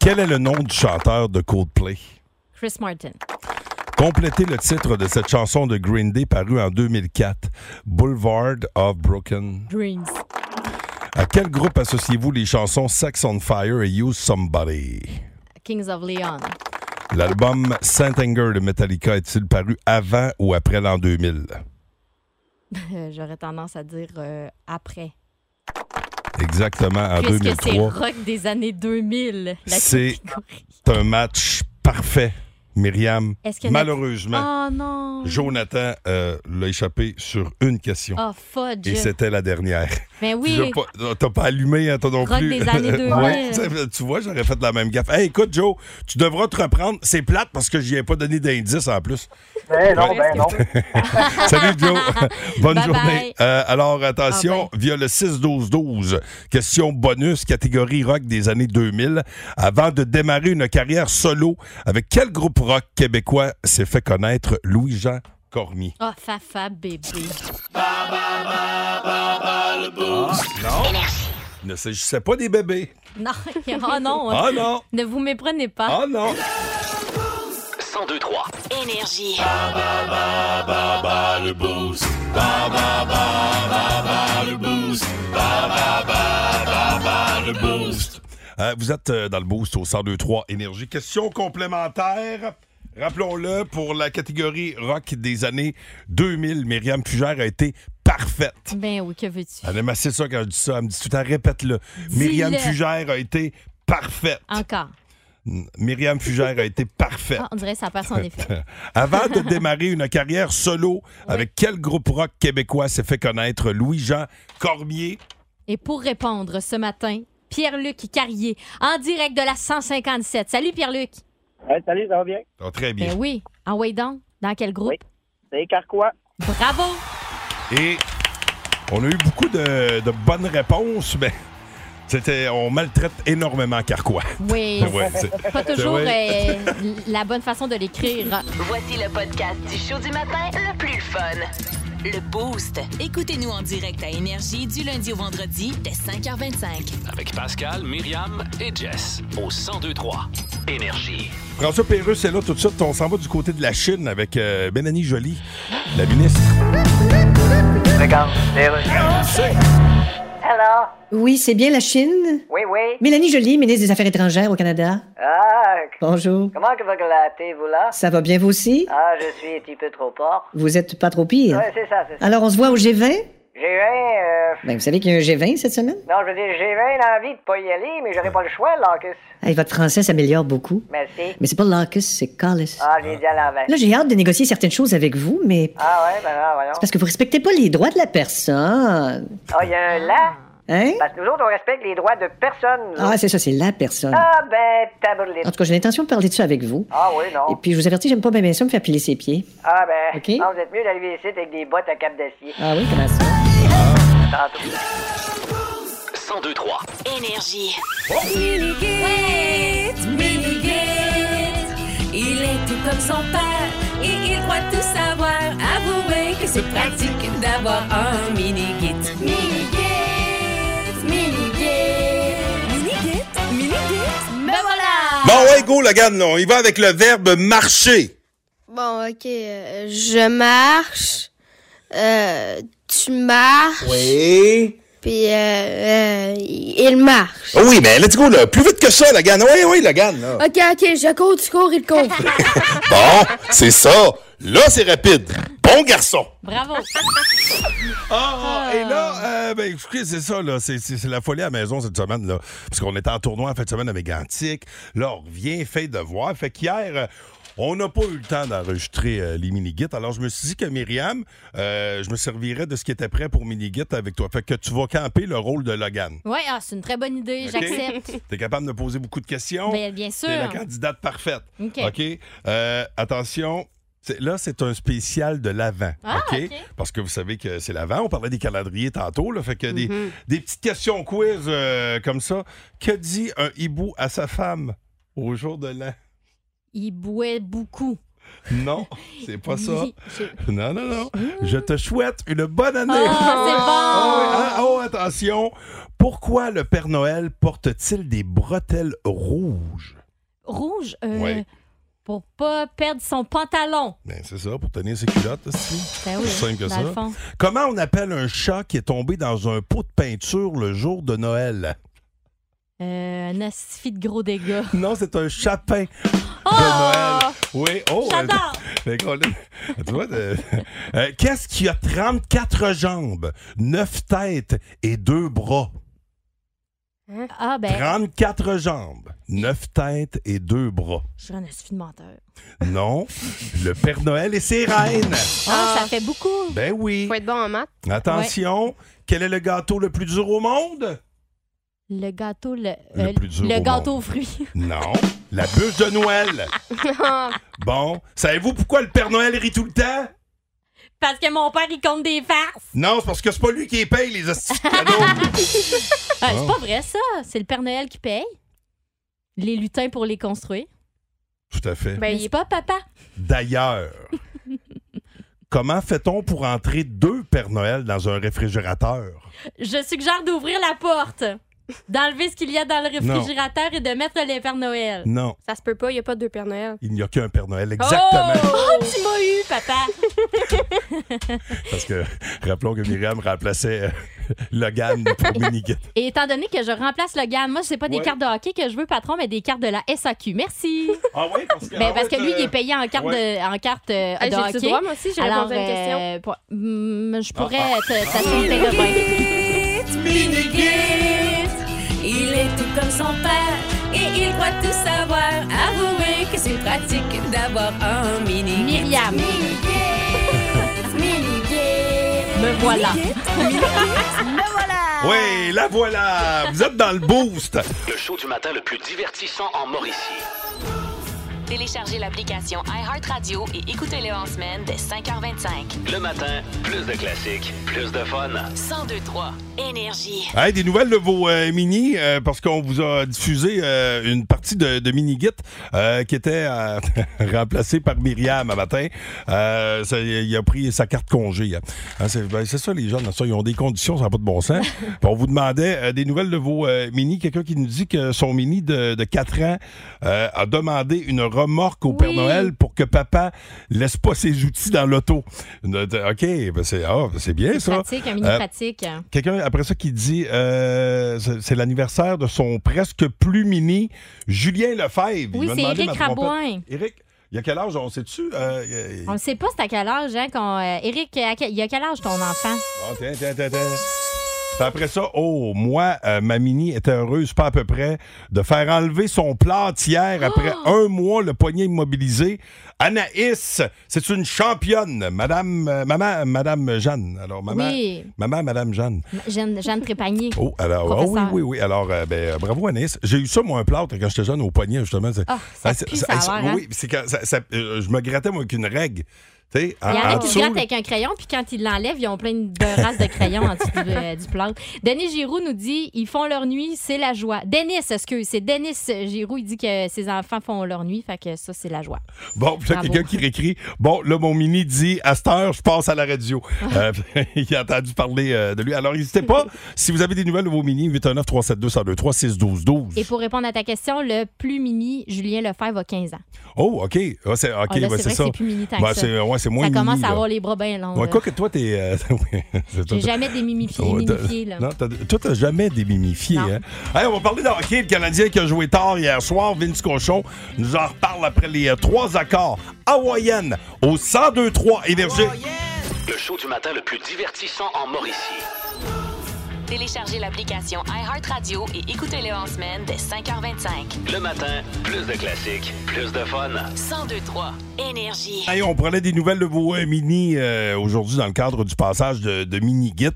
[SPEAKER 3] Quel est le nom du chanteur de Coldplay?
[SPEAKER 5] Chris Martin.
[SPEAKER 3] Complétez le titre de cette chanson de Green Day parue en 2004, Boulevard of Broken.
[SPEAKER 5] Dreams.
[SPEAKER 3] À quel groupe associez-vous les chansons Sex on Fire et Use Somebody?
[SPEAKER 5] Kings of Leon.
[SPEAKER 3] L'album Saint Anger de Metallica est-il paru avant ou après l'an 2000?
[SPEAKER 5] Euh, J'aurais tendance à dire euh, après.
[SPEAKER 3] Exactement, en
[SPEAKER 5] Puisque c'est
[SPEAKER 3] 2003.
[SPEAKER 5] rock des années 2000. la
[SPEAKER 3] C'est-
[SPEAKER 5] catégorie.
[SPEAKER 3] C'est un match parfait, Myriam.
[SPEAKER 5] Est-ce que
[SPEAKER 3] Malheureusement,
[SPEAKER 5] Oh non.
[SPEAKER 3] Jonathan euh, l'a échappé sur une question.
[SPEAKER 5] Oh
[SPEAKER 3] Et
[SPEAKER 5] fudge.
[SPEAKER 3] c'était la dernière.
[SPEAKER 5] Mais
[SPEAKER 3] Tu l'as
[SPEAKER 5] oui.
[SPEAKER 3] pas- T'as pas allumé, hein, toi non
[SPEAKER 5] Rock
[SPEAKER 3] plus.
[SPEAKER 5] des années 2000.
[SPEAKER 3] Ouais. Tu- Tu vois, j'aurais fait la même gaffe. Hey, écoute, Joe, tu devras te reprendre. C'est plate parce que j'y ai pas donné d'indice en plus.
[SPEAKER 7] Ben non,
[SPEAKER 3] Ouais.
[SPEAKER 7] ben non.
[SPEAKER 3] Salut, Joe. Bonne
[SPEAKER 5] Bye Ah, ben.
[SPEAKER 3] journée.
[SPEAKER 5] bye.
[SPEAKER 3] Euh, alors, attention, via le 6-12-12, question bonus, catégorie rock des années 2000. Avant de démarrer une carrière solo, avec quel groupe rock québécois s'est fait connaître Louis-Jean Cormier?
[SPEAKER 5] Oh, Fafa bébé.
[SPEAKER 3] Il ne s'agissait pas des bébés.
[SPEAKER 5] Non, oh non.
[SPEAKER 3] Ah non!
[SPEAKER 5] Ne vous méprenez pas.
[SPEAKER 3] Ah non!
[SPEAKER 2] 1023.
[SPEAKER 1] Énergie.
[SPEAKER 3] Euh, vous êtes euh, dans le boost au 1023 Énergie. Question complémentaire. Rappelons-le, pour la catégorie rock des années 2000, Myriam Fugère a été parfaite.
[SPEAKER 5] Ben oui, que veux-tu?
[SPEAKER 3] Elle aime assez ça quand je dis ça. Elle me dit tout le temps, répète-le.
[SPEAKER 5] Dis-le.
[SPEAKER 3] Myriam Fugère a été parfaite.
[SPEAKER 5] Encore.
[SPEAKER 3] Mm, Myriam Fugère a été parfaite.
[SPEAKER 5] Ah, on dirait que ça
[SPEAKER 3] euh,
[SPEAKER 5] perd son effet.
[SPEAKER 3] Avant de démarrer une carrière solo, avec quel groupe rock québécois s'est fait connaître Louis-Jean Cormier?
[SPEAKER 5] Et pour répondre ce matin, Pierre-Luc Carrier, en direct de la 157. Salut Pierre-Luc.
[SPEAKER 7] Hey, salut, ça va bien?
[SPEAKER 3] Ah, très bien.
[SPEAKER 5] Ben oui. En way down. Dans quel groupe?
[SPEAKER 7] Oui. C'est Carquois.
[SPEAKER 5] Bravo.
[SPEAKER 3] Et on a eu beaucoup de, de bonnes réponses, mais c'était on maltraite énormément Carquois.
[SPEAKER 5] Oui.
[SPEAKER 3] Ouais, c'est-
[SPEAKER 5] c'est Pas toujours
[SPEAKER 3] Ouais.
[SPEAKER 5] euh, la bonne façon de l'écrire.
[SPEAKER 1] Voici le podcast du show du matin le plus fun. Le Boost. Écoutez-nous en direct à Énergie du lundi au vendredi dès 5h25.
[SPEAKER 2] Avec Pascal, Myriam et Jess au 1023 Énergie.
[SPEAKER 3] François Pérusse est là tout de suite. On s'en va du côté de la Chine avec euh, Mélanie Joly, la ministre.
[SPEAKER 7] Regarde, c'est Hello.
[SPEAKER 8] Oui, c'est bien la Chine.
[SPEAKER 7] Oui, oui.
[SPEAKER 8] Mélanie Joly, ministre des Affaires étrangères au Canada.
[SPEAKER 7] Ah,
[SPEAKER 8] Bonjour.
[SPEAKER 7] comment que va glater, vous là?
[SPEAKER 8] Ça va bien vous aussi?
[SPEAKER 7] Ah, je suis un petit peu trop fort.
[SPEAKER 8] Vous êtes pas trop pire.
[SPEAKER 7] Ouais, c'est ça, c'est ça.
[SPEAKER 8] Alors, on se voit au G20?
[SPEAKER 7] J'ai rien, euh,
[SPEAKER 8] Ben, vous savez qu'il y a un G20 cette semaine?
[SPEAKER 7] Non, je veux dire, j'ai bien envie de pas y aller, mais j'aurais pas le choix, Lacus.
[SPEAKER 8] Hey, votre français s'améliore beaucoup.
[SPEAKER 7] Merci.
[SPEAKER 8] Mais c'est pas Lacus, c'est Callis.
[SPEAKER 7] Ah, j'ai dit à l'envers.
[SPEAKER 8] Là, j'ai hâte de négocier certaines choses avec vous, mais
[SPEAKER 7] Ah ouais, ben là, voyons.
[SPEAKER 8] c'est parce que vous respectez pas les droits de la personne.
[SPEAKER 7] Ah, il y a un là?
[SPEAKER 8] Hein?
[SPEAKER 7] Parce que nous autres, on respecte les droits de personne. nous
[SPEAKER 8] Ah,
[SPEAKER 7] autres.
[SPEAKER 8] c'est ça, c'est la personne.
[SPEAKER 7] Ah, ben, taboulé.
[SPEAKER 8] En tout cas, j'ai l'intention de parler de ça avec vous.
[SPEAKER 7] Ah oui, non.
[SPEAKER 8] Et puis, je vous avertis, j'aime pas bien bien ça me faire piler ses pieds.
[SPEAKER 7] Ah, ben,
[SPEAKER 8] Ok.
[SPEAKER 7] non, vous êtes mieux d'arriver ici avec des bottes à cap d'acier.
[SPEAKER 8] Ah oui, comment ça?
[SPEAKER 2] 1023.
[SPEAKER 1] Énergie.
[SPEAKER 9] Il est tout comme son père et il croit tout savoir. Avouez que c'est pratique d'avoir un mini-git. Mini-git, mini-git. Mini-git, mini-git. Me voilà!
[SPEAKER 3] Bon, ouais, go, Logan, là, on y va avec le verbe marcher.
[SPEAKER 10] Bon, ok. euh, je marche. euh, tu marches.
[SPEAKER 11] Oui.
[SPEAKER 10] Puis euh, euh, il marche.
[SPEAKER 11] Ah oui, mais let's go, là. Plus vite que ça, Logan. Oui, oui, Logan, là.
[SPEAKER 10] Ok, ok, je cours, tu cours, il court.
[SPEAKER 11] Bon, c'est ça. Là, c'est rapide. Bon garçon.
[SPEAKER 5] Bravo.
[SPEAKER 3] Ah, et là, euh, ben, écoutez, c'est ça, là. C'est, c'est- c'est la folie à la maison cette semaine, là. Parce qu'on était en tournoi en fin de semaine avec Antique. Là, on revient, fait de voir. Fait qu'hier, euh, on n'a pas eu le temps d'enregistrer euh, les mini-guides. Alors, je me suis dit que Myriam, euh, je me servirais de ce qui était prêt pour mini-guides avec toi. Fait que tu vas camper le rôle de Logan.
[SPEAKER 5] Oui, ah, c'est une très bonne idée,
[SPEAKER 3] Ok.
[SPEAKER 5] j'accepte.
[SPEAKER 3] T'es capable de poser beaucoup de questions.
[SPEAKER 5] Bien, bien sûr.
[SPEAKER 3] T'es la candidate parfaite.
[SPEAKER 5] OK.
[SPEAKER 3] OK? Euh, attention. c'est- Là, c'est un spécial de l'avant.
[SPEAKER 5] Ah, OK.
[SPEAKER 3] Parce que vous savez que c'est l'avant. On parlait des calendriers tantôt. Là, fait que des- des, petites questions quiz euh, comme ça. Que dit un hibou à sa femme au jour de l'an?
[SPEAKER 5] Il bouait beaucoup.
[SPEAKER 3] Non, c'est pas ça.
[SPEAKER 5] Il- je- Mmh.
[SPEAKER 3] Non, non, non. Je te souhaite une bonne année.
[SPEAKER 5] Ah,
[SPEAKER 3] Ah, oh, attention. Pourquoi le Père Noël porte-t-il des bretelles rouges?
[SPEAKER 5] c'est bon! Rouge, euh,
[SPEAKER 3] Ouais.
[SPEAKER 5] pour pas perdre son pantalon.
[SPEAKER 3] Ben, c'est ça, pour tenir ses culottes aussi.
[SPEAKER 5] Ben oui,
[SPEAKER 3] C'est simple que
[SPEAKER 5] dans
[SPEAKER 3] ça.
[SPEAKER 5] le fond.
[SPEAKER 3] Comment on appelle un chat qui est tombé dans un pot de peinture le jour de Noël?
[SPEAKER 5] Euh, un astifi de gros dégâts.
[SPEAKER 3] Non, c'est un chapin
[SPEAKER 5] Oh!
[SPEAKER 3] de Noël. Oui, oh!
[SPEAKER 5] J'adore!
[SPEAKER 3] euh, fait qu'on est- tu vois, euh, euh, qu'est-ce qui a 34 jambes, 9 têtes et 2 bras?
[SPEAKER 5] Ah ben,
[SPEAKER 3] 34 jambes, 9 têtes et 2 bras.
[SPEAKER 5] je suis un astifi de menteur.
[SPEAKER 3] Non, le Père Noël et ses reines.
[SPEAKER 5] Ah, ça fait beaucoup.
[SPEAKER 3] Ben oui.
[SPEAKER 4] Faut être bon en maths.
[SPEAKER 3] Attention, quel est le gâteau le plus dur au monde?
[SPEAKER 5] Le gâteau, le, euh,
[SPEAKER 3] Le plus dur au
[SPEAKER 5] le gâteau
[SPEAKER 3] monde.
[SPEAKER 5] aux fruits.
[SPEAKER 3] Non, la bûche de Noël.
[SPEAKER 4] Ah,
[SPEAKER 3] Bon, savez-vous pourquoi le Père Noël rit tout le temps?
[SPEAKER 5] Parce que mon père, il compte des farces.
[SPEAKER 3] Non, c'est parce que c'est pas lui qui les paye, les hosties de cadeaux.
[SPEAKER 5] Ah,
[SPEAKER 3] Oh.
[SPEAKER 5] C'est pas vrai, ça. C'est le Père Noël qui paye. Les lutins pour les construire.
[SPEAKER 3] Tout à fait.
[SPEAKER 4] Ben,
[SPEAKER 5] Mais
[SPEAKER 4] il
[SPEAKER 5] c'est
[SPEAKER 4] est
[SPEAKER 5] pas papa.
[SPEAKER 3] D'ailleurs, comment fait-on pour entrer deux Pères Noël dans un réfrigérateur?
[SPEAKER 5] Je suggère d'ouvrir la porte, d'enlever ce qu'il y a dans le
[SPEAKER 3] Non.
[SPEAKER 5] réfrigérateur et de mettre les Père Noël.
[SPEAKER 3] Non,
[SPEAKER 4] ça se peut pas, il n'y a pas de deux Père Noël.
[SPEAKER 3] il n'y a qu'un Père Noël, exactement.
[SPEAKER 5] Oh, tu m'as eu, papa.
[SPEAKER 3] Parce que, rappelons que Myriam remplaçait euh, Logan pour Minigit.
[SPEAKER 5] Et étant donné que je remplace le gamme, moi, c'est pas des
[SPEAKER 3] Ouais.
[SPEAKER 5] cartes de hockey que je veux, patron, mais des cartes de la SAQ. Merci.
[SPEAKER 3] Ah oui, parce que...
[SPEAKER 5] Ben, parce que lui, il est payé en carte, de, en carte euh,
[SPEAKER 4] Ah,
[SPEAKER 5] de
[SPEAKER 4] J'ai
[SPEAKER 5] hockey.
[SPEAKER 4] du droit, moi aussi, j'ai
[SPEAKER 5] Alors,
[SPEAKER 4] répondu à une question.
[SPEAKER 5] euh, pour- hmm, je pourrais
[SPEAKER 3] Ah,
[SPEAKER 5] te t'acheter un terrain.
[SPEAKER 9] Minigit. Il est tout comme son père et il croit tout savoir. Avouez que c'est pratique d'avoir un mini.
[SPEAKER 5] Myriam. Me voilà.
[SPEAKER 3] Oui, la voilà! Vous êtes dans le boost!
[SPEAKER 2] Le show du matin le plus divertissant en Mauricie.
[SPEAKER 1] Téléchargez l'application iHeartRadio et écoutez-le en semaine dès 5h25.
[SPEAKER 2] Le matin, plus de classiques, plus de fun.
[SPEAKER 1] 1023 Énergie.
[SPEAKER 3] Hey, des nouvelles de vos euh, mini, euh, parce qu'on vous a diffusé euh, une partie de, de mini-git euh, qui était euh, remplacée par Myriam un matin. Euh, ça, il a pris sa carte congé. hein. Hein, c'est ben, c'est ça, les jeunes, ça, ils ont des conditions, ça n'a pas de bon sens. Puis on vous demandait euh, des nouvelles de vos euh, mini. Quelqu'un qui nous dit que son mini de, de 4 ans euh, a demandé une remorque au Père
[SPEAKER 5] Oui.
[SPEAKER 3] Noël pour que papa laisse pas ses outils dans l'auto. Une- OK, ben c'est ah, c'est bien ça.
[SPEAKER 5] Pratique, un mini
[SPEAKER 3] Euh,
[SPEAKER 5] pratique.
[SPEAKER 3] Quelqu'un après ça qui dit euh, c'est c'est l'anniversaire de son presque plus mini Julien Lefebvre. Il
[SPEAKER 5] Oui,
[SPEAKER 3] m'a
[SPEAKER 5] c'est
[SPEAKER 3] demandé ma
[SPEAKER 5] Éric
[SPEAKER 3] trompette.
[SPEAKER 5] Rabouin.
[SPEAKER 3] Éric, il y a quel âge on sait-tu Euh, euh,
[SPEAKER 5] On ne sait pas c'est à quel âge, hein, qu'on. euh, Éric, à quel- il y a quel âge ton enfant?
[SPEAKER 3] ah, tiens, tiens, tiens, tiens. Puis Après ça, oh, moi, euh, ma mini était heureuse, pas à peu près, de faire enlever son plat hier après un mois, le poignet immobilisé. Anaïs, c'est une championne, Madame, euh, maman, Madame Jeanne. Alors, maman,
[SPEAKER 5] Oui.
[SPEAKER 3] maman, Madame Jeanne.
[SPEAKER 5] Jeanne, Jeanne Trépanier.
[SPEAKER 3] Oh, alors, ah oui,
[SPEAKER 5] Professeur.
[SPEAKER 3] oui, oui. Alors, euh, ben, euh, bravo, Anis. J'ai eu ça, moi, un plâtre quand j'étais jeune au poignet, justement. C'est-
[SPEAKER 5] Ah, ça
[SPEAKER 3] c'est-
[SPEAKER 5] pue, ça a l'air,
[SPEAKER 3] oui,
[SPEAKER 5] hein?
[SPEAKER 3] Oui, c'est quand ça- ça- euh, je me grattais, moi, avec une règle. Tu sais, en-
[SPEAKER 5] Il y en
[SPEAKER 3] en
[SPEAKER 5] a qui se
[SPEAKER 3] dessous,
[SPEAKER 5] grattent avec un crayon, puis quand ils l'enlèvent, ils ont plein de races de crayons en dessous du, euh, du plâtre. Denis Giroux nous dit ils font leur nuit, c'est la joie. Denis, excuse, c'est Denis Giroux, il dit que ses enfants font leur nuit, fait que ça, c'est la joie.
[SPEAKER 3] Bon, puis là,
[SPEAKER 5] Bravo.
[SPEAKER 3] quelqu'un qui réécrit Bon, là, mon mini dit À cette heure, je passe à la radio.
[SPEAKER 5] Ah.
[SPEAKER 3] Euh, il a entendu parler euh, de lui. Alors, n'hésitez pas. si vous avez des nouvelles de vos mini, 819 372 1023 612 12
[SPEAKER 5] Et pour répondre à ta question, le plus mini, Julien Lefebvre a 15 ans.
[SPEAKER 3] Oh, OK. Ah, c'est OK,
[SPEAKER 5] Ah,
[SPEAKER 3] ben,
[SPEAKER 5] là, c'est
[SPEAKER 3] c'est
[SPEAKER 5] vrai que
[SPEAKER 3] ça.
[SPEAKER 5] c'est plus mini tant
[SPEAKER 3] Ben,
[SPEAKER 5] que ça.
[SPEAKER 3] c'est- ouais, c'est moins
[SPEAKER 5] ça commence
[SPEAKER 3] mini,
[SPEAKER 5] à
[SPEAKER 3] là.
[SPEAKER 5] avoir les bras bien longs.
[SPEAKER 3] Ouais,
[SPEAKER 5] là.
[SPEAKER 3] quoi que toi, t'es. euh, oui, c'est-
[SPEAKER 5] J'ai jamais des mimifiés,
[SPEAKER 3] Ouais, Oh, t'as-
[SPEAKER 5] minifiés, là.
[SPEAKER 3] Non, t'as- toi, t'as jamais démimifié. Hein? Hey, on va parler de hockey, le Canadien qui a joué tard hier soir. Vince Cochon nous en reparle après les euh, trois accords. Hawaïenne au 102-3 Énergie.
[SPEAKER 2] Le show du matin le plus divertissant en Mauricie.
[SPEAKER 1] Téléchargez l'application iHeartRadio et écoutez-le en semaine dès 5h25.
[SPEAKER 2] Le matin, plus de classiques, plus de fun.
[SPEAKER 1] 1023 Énergie.
[SPEAKER 3] Hey, on prenait des nouvelles de vos euh, mini euh, aujourd'hui dans le cadre du passage de, de mini git.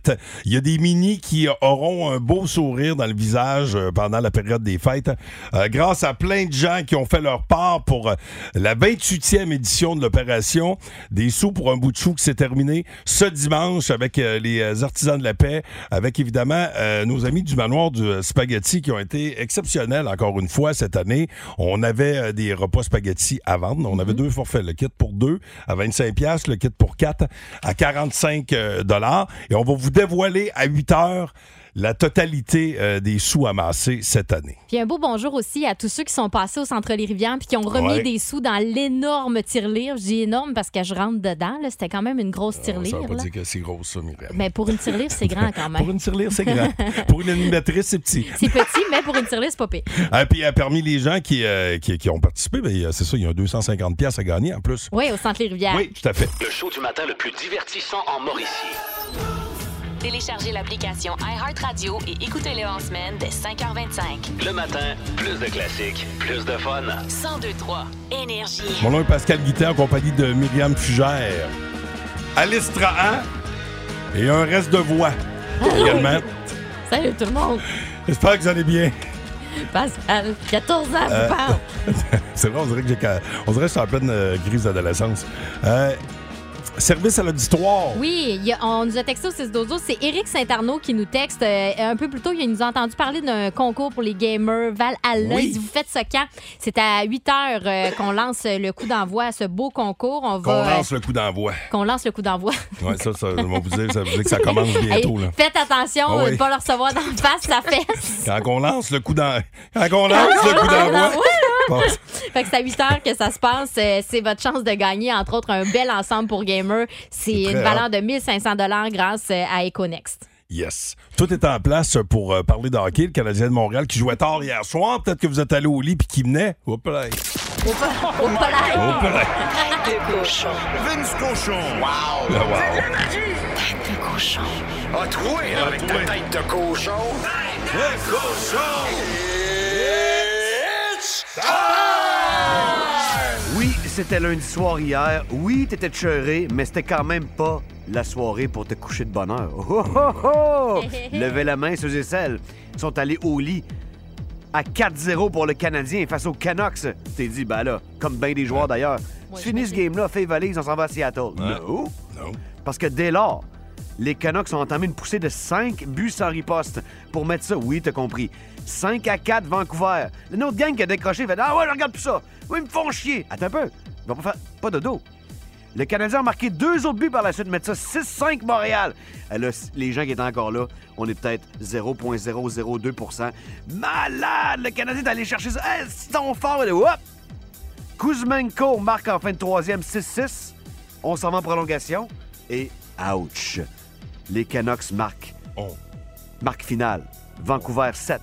[SPEAKER 3] Il y a des mini qui auront un beau sourire dans le visage euh, pendant la période des fêtes, euh, grâce à plein de gens qui ont fait leur part pour euh, la 28e édition de l'opération des sous pour un bout de chou qui s'est terminé ce dimanche avec euh, les euh, artisans de la paix, avec évidemment euh, nos amis du manoir du euh, spaghetti qui ont été exceptionnels encore une fois cette année. On avait euh, des repas spaghetti à vendre. On
[SPEAKER 5] Mhm.
[SPEAKER 3] avait deux forfaits, le kit pour deux à 25 pièces, le kit pour quatre à 45 euh, dollars et on va vous dévoiler à 8 heures la totalité euh, des sous amassés cette année.
[SPEAKER 5] Puis un beau bonjour aussi à tous ceux qui sont passés au centre Les Rivières puis qui ont remis
[SPEAKER 3] Ouais.
[SPEAKER 5] des sous dans l'énorme tirelire. Je dis énorme parce que je rentre dedans. là. C'était quand même une
[SPEAKER 3] Ah,
[SPEAKER 5] grosse tirelire. là. Ben,
[SPEAKER 3] que c'est gros ça, Myriam.
[SPEAKER 5] Mais pour une tirelire, c'est grand quand même.
[SPEAKER 3] Pour une tirelire, c'est grand. pour une animatrice, c'est petit.
[SPEAKER 5] C'est petit, mais pour une tirelire, c'est pas pire.
[SPEAKER 3] Ah, puis euh, parmi les gens qui, euh, qui, qui ont participé, ben, euh, c'est ça, il y a un 250 pièces à gagner en plus.
[SPEAKER 5] Oui, au centre Les Rivières.
[SPEAKER 3] Oui, tout à fait.
[SPEAKER 2] Le show du matin le plus divertissant en Mauricie.
[SPEAKER 1] Téléchargez l'application iHeartRadio et écoutez-le en semaine dès 5h25.
[SPEAKER 2] Le matin, plus de classiques, plus de fun.
[SPEAKER 1] 1023 Énergie.
[SPEAKER 3] Mon nom est Pascal Guittet en compagnie de Myriam Fugère, Alice Trahan et un reste de voix également.
[SPEAKER 5] Salut tout le monde.
[SPEAKER 3] J'espère que vous allez bien.
[SPEAKER 5] Pascal, 14 ans,
[SPEAKER 3] Euh,
[SPEAKER 5] vous parle.
[SPEAKER 3] c'est vrai, on dirait que j'ai ca- on dirait que je suis en pleine euh, crise d'adolescence. Euh, service à l'auditoire.
[SPEAKER 5] Oui, il y a- on nous a texté au 6 dozo. C'est Éric Saint-Arnaud qui nous texte. Euh, un peu plus tôt, il nous a entendu parler d'un concours pour les gamers Val Allen.
[SPEAKER 12] Oui.
[SPEAKER 5] Il dit, Vous faites ce camp. C'est à 8 heures euh, qu'on lance le coup d'envoi à ce beau concours. On
[SPEAKER 3] Qu'on
[SPEAKER 5] va.
[SPEAKER 3] lance le coup d'envoi.
[SPEAKER 5] Qu'on lance le coup d'envoi.
[SPEAKER 3] Ouais, ça, ça, je vais vous dire, ça veut dire que ça commence bientôt.
[SPEAKER 5] Hey,
[SPEAKER 3] Là.
[SPEAKER 5] Faites attention euh,
[SPEAKER 3] Ah
[SPEAKER 5] de
[SPEAKER 3] oui.
[SPEAKER 5] ne pas le recevoir dans le face, ça fesse.
[SPEAKER 3] Quand on lance le coup d'envoi. Quand on lance le coup d'envoi. Bon,
[SPEAKER 5] Fait que c'est à 8 heures que ça se passe. Euh, C'est votre chance de gagner, entre autres, un bel ensemble pour gamer. C'est
[SPEAKER 3] très
[SPEAKER 5] une valeur de 1500 grâce euh, à Econext.
[SPEAKER 3] Yes. Tout est en place pour euh, parler de hockey. Le Canadien de Montréal qui jouait tard hier soir. Peut-être que vous êtes allé au lit puis qui venait. Oups là. Oups là.
[SPEAKER 13] Tête de cochon. Vince cochon. Wow.
[SPEAKER 3] Ah, wow.
[SPEAKER 13] C'est de la magie. Tête de cochon. A troué, là, avec ta tête de cochon. Tête de cochon. It's time!
[SPEAKER 14] Oui, c'était lundi soir hier. Oui, t'étais cheuré, mais c'était quand même pas la soirée pour te coucher de bonne heure. Oh, oh, oh! Levez la main, ceux et celles qui sont allés au lit à 4-0 pour le Canadien face aux Canucks. T'es dit, ben là, comme bien des joueurs d'ailleurs, tu finis ce game-là, fais valise, on s'en va à Seattle. Non. Parce que dès lors, les Canucks ont entamé une poussée de 5 buts sans riposte. Pour mettre ça, oui, t'as compris. 5 à 4 Vancouver. Le autre gang qui a décroché fait Ah ouais, je regarde plus ça. Oui, ils me font chier. Attends un peu. Ils vont pas faire. Pas dodo. Le Canadien a marqué deux autres buts par la suite, mettre ça 6-5 Montréal. Euh, là, c- les gens qui étaient encore là, on est peut-être 0,002 Malade! Le Canadien est allé chercher ça. Hey, ils sont forts! Et hop! Kuzmenko marque en fin de troisième 6-6. On s'en va en prolongation. Et ouch! Les Canucks marquent. Marque finale. Vancouver 7,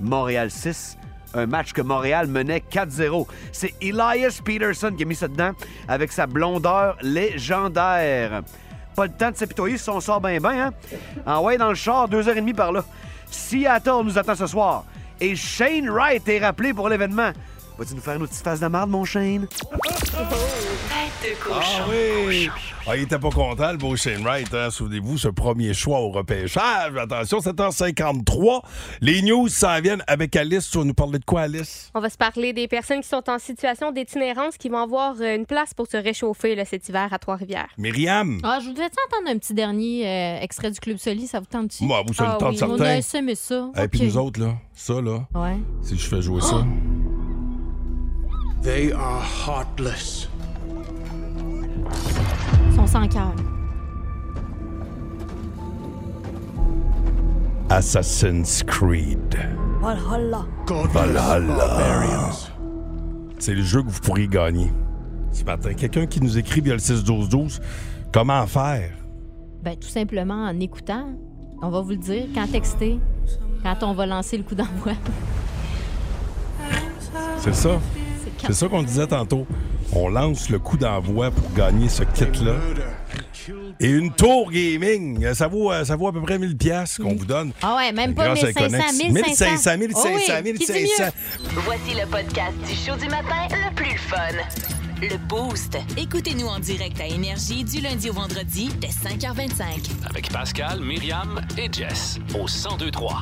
[SPEAKER 14] Montréal 6. Un match que Montréal menait 4-0. C'est Elias Peterson qui a mis ça dedans avec sa blondeur légendaire. Pas le temps de s'apitoyer si on sort bien, bien, hein? Envoyé dans le char, deux heures et demie par là. Seattle nous attend ce soir. Et Shane Wright est rappelé pour l'événement. Vas-tu nous faire une petite face de marde, mon Shane?
[SPEAKER 1] Tête de
[SPEAKER 3] Ah oui! Ah, il était pas content, le beau Shane Wright. hein. Souvenez-vous, ce premier choix au repêchage. Attention, 7h53. Les news s'en viennent avec Alice. Tu vas nous parler de quoi, Alice?
[SPEAKER 4] On va se parler des personnes qui sont en situation d'itinérance qui vont avoir euh, une place pour se réchauffer là, cet hiver à Trois-Rivières.
[SPEAKER 3] Myriam?
[SPEAKER 5] Ah, je voudrais entendre un petit dernier euh, extrait du Club Soli, ça vous tente-tu?
[SPEAKER 3] Moi, vous, ça me
[SPEAKER 5] Ah
[SPEAKER 3] tente
[SPEAKER 5] oui,
[SPEAKER 3] certain.
[SPEAKER 5] On a semé ça.
[SPEAKER 15] Eh,
[SPEAKER 3] Et puis
[SPEAKER 5] Ok.
[SPEAKER 3] nous autres, là, ça, là,
[SPEAKER 5] Ouais.
[SPEAKER 3] si je fais jouer ça.
[SPEAKER 13] They are heartless.
[SPEAKER 5] Ils sont sans cœur. Ah.
[SPEAKER 3] Assassin's Creed.
[SPEAKER 9] Valhalla.
[SPEAKER 3] Valhalla. C'est le jeu que vous pourriez gagner ce matin. Quelqu'un qui nous écrit via le 6-12-12, comment faire?
[SPEAKER 5] Ben, tout simplement en écoutant. On va vous le dire quand texter, quand on va lancer le coup d'envoi.
[SPEAKER 3] C'est ça. C'est ça qu'on disait tantôt. On lance le coup d'envoi pour gagner ce kit-là. Et une tour gaming, ça vaut, euh, ça vaut à peu près 1000 pièces qu'on vous donne.
[SPEAKER 5] Ah ouais, même pas
[SPEAKER 3] Grâce à
[SPEAKER 5] 1500,
[SPEAKER 3] Connex.
[SPEAKER 5] 1500.
[SPEAKER 3] 1500, 1500,
[SPEAKER 5] Oh oui,
[SPEAKER 3] 1500.
[SPEAKER 5] qui dit mieux?
[SPEAKER 1] Voici le podcast du show du matin le plus fun. Le Boost. Écoutez-nous en direct à Énergie du lundi au vendredi dès 5h25.
[SPEAKER 2] Avec Pascal, Myriam et Jess au 1023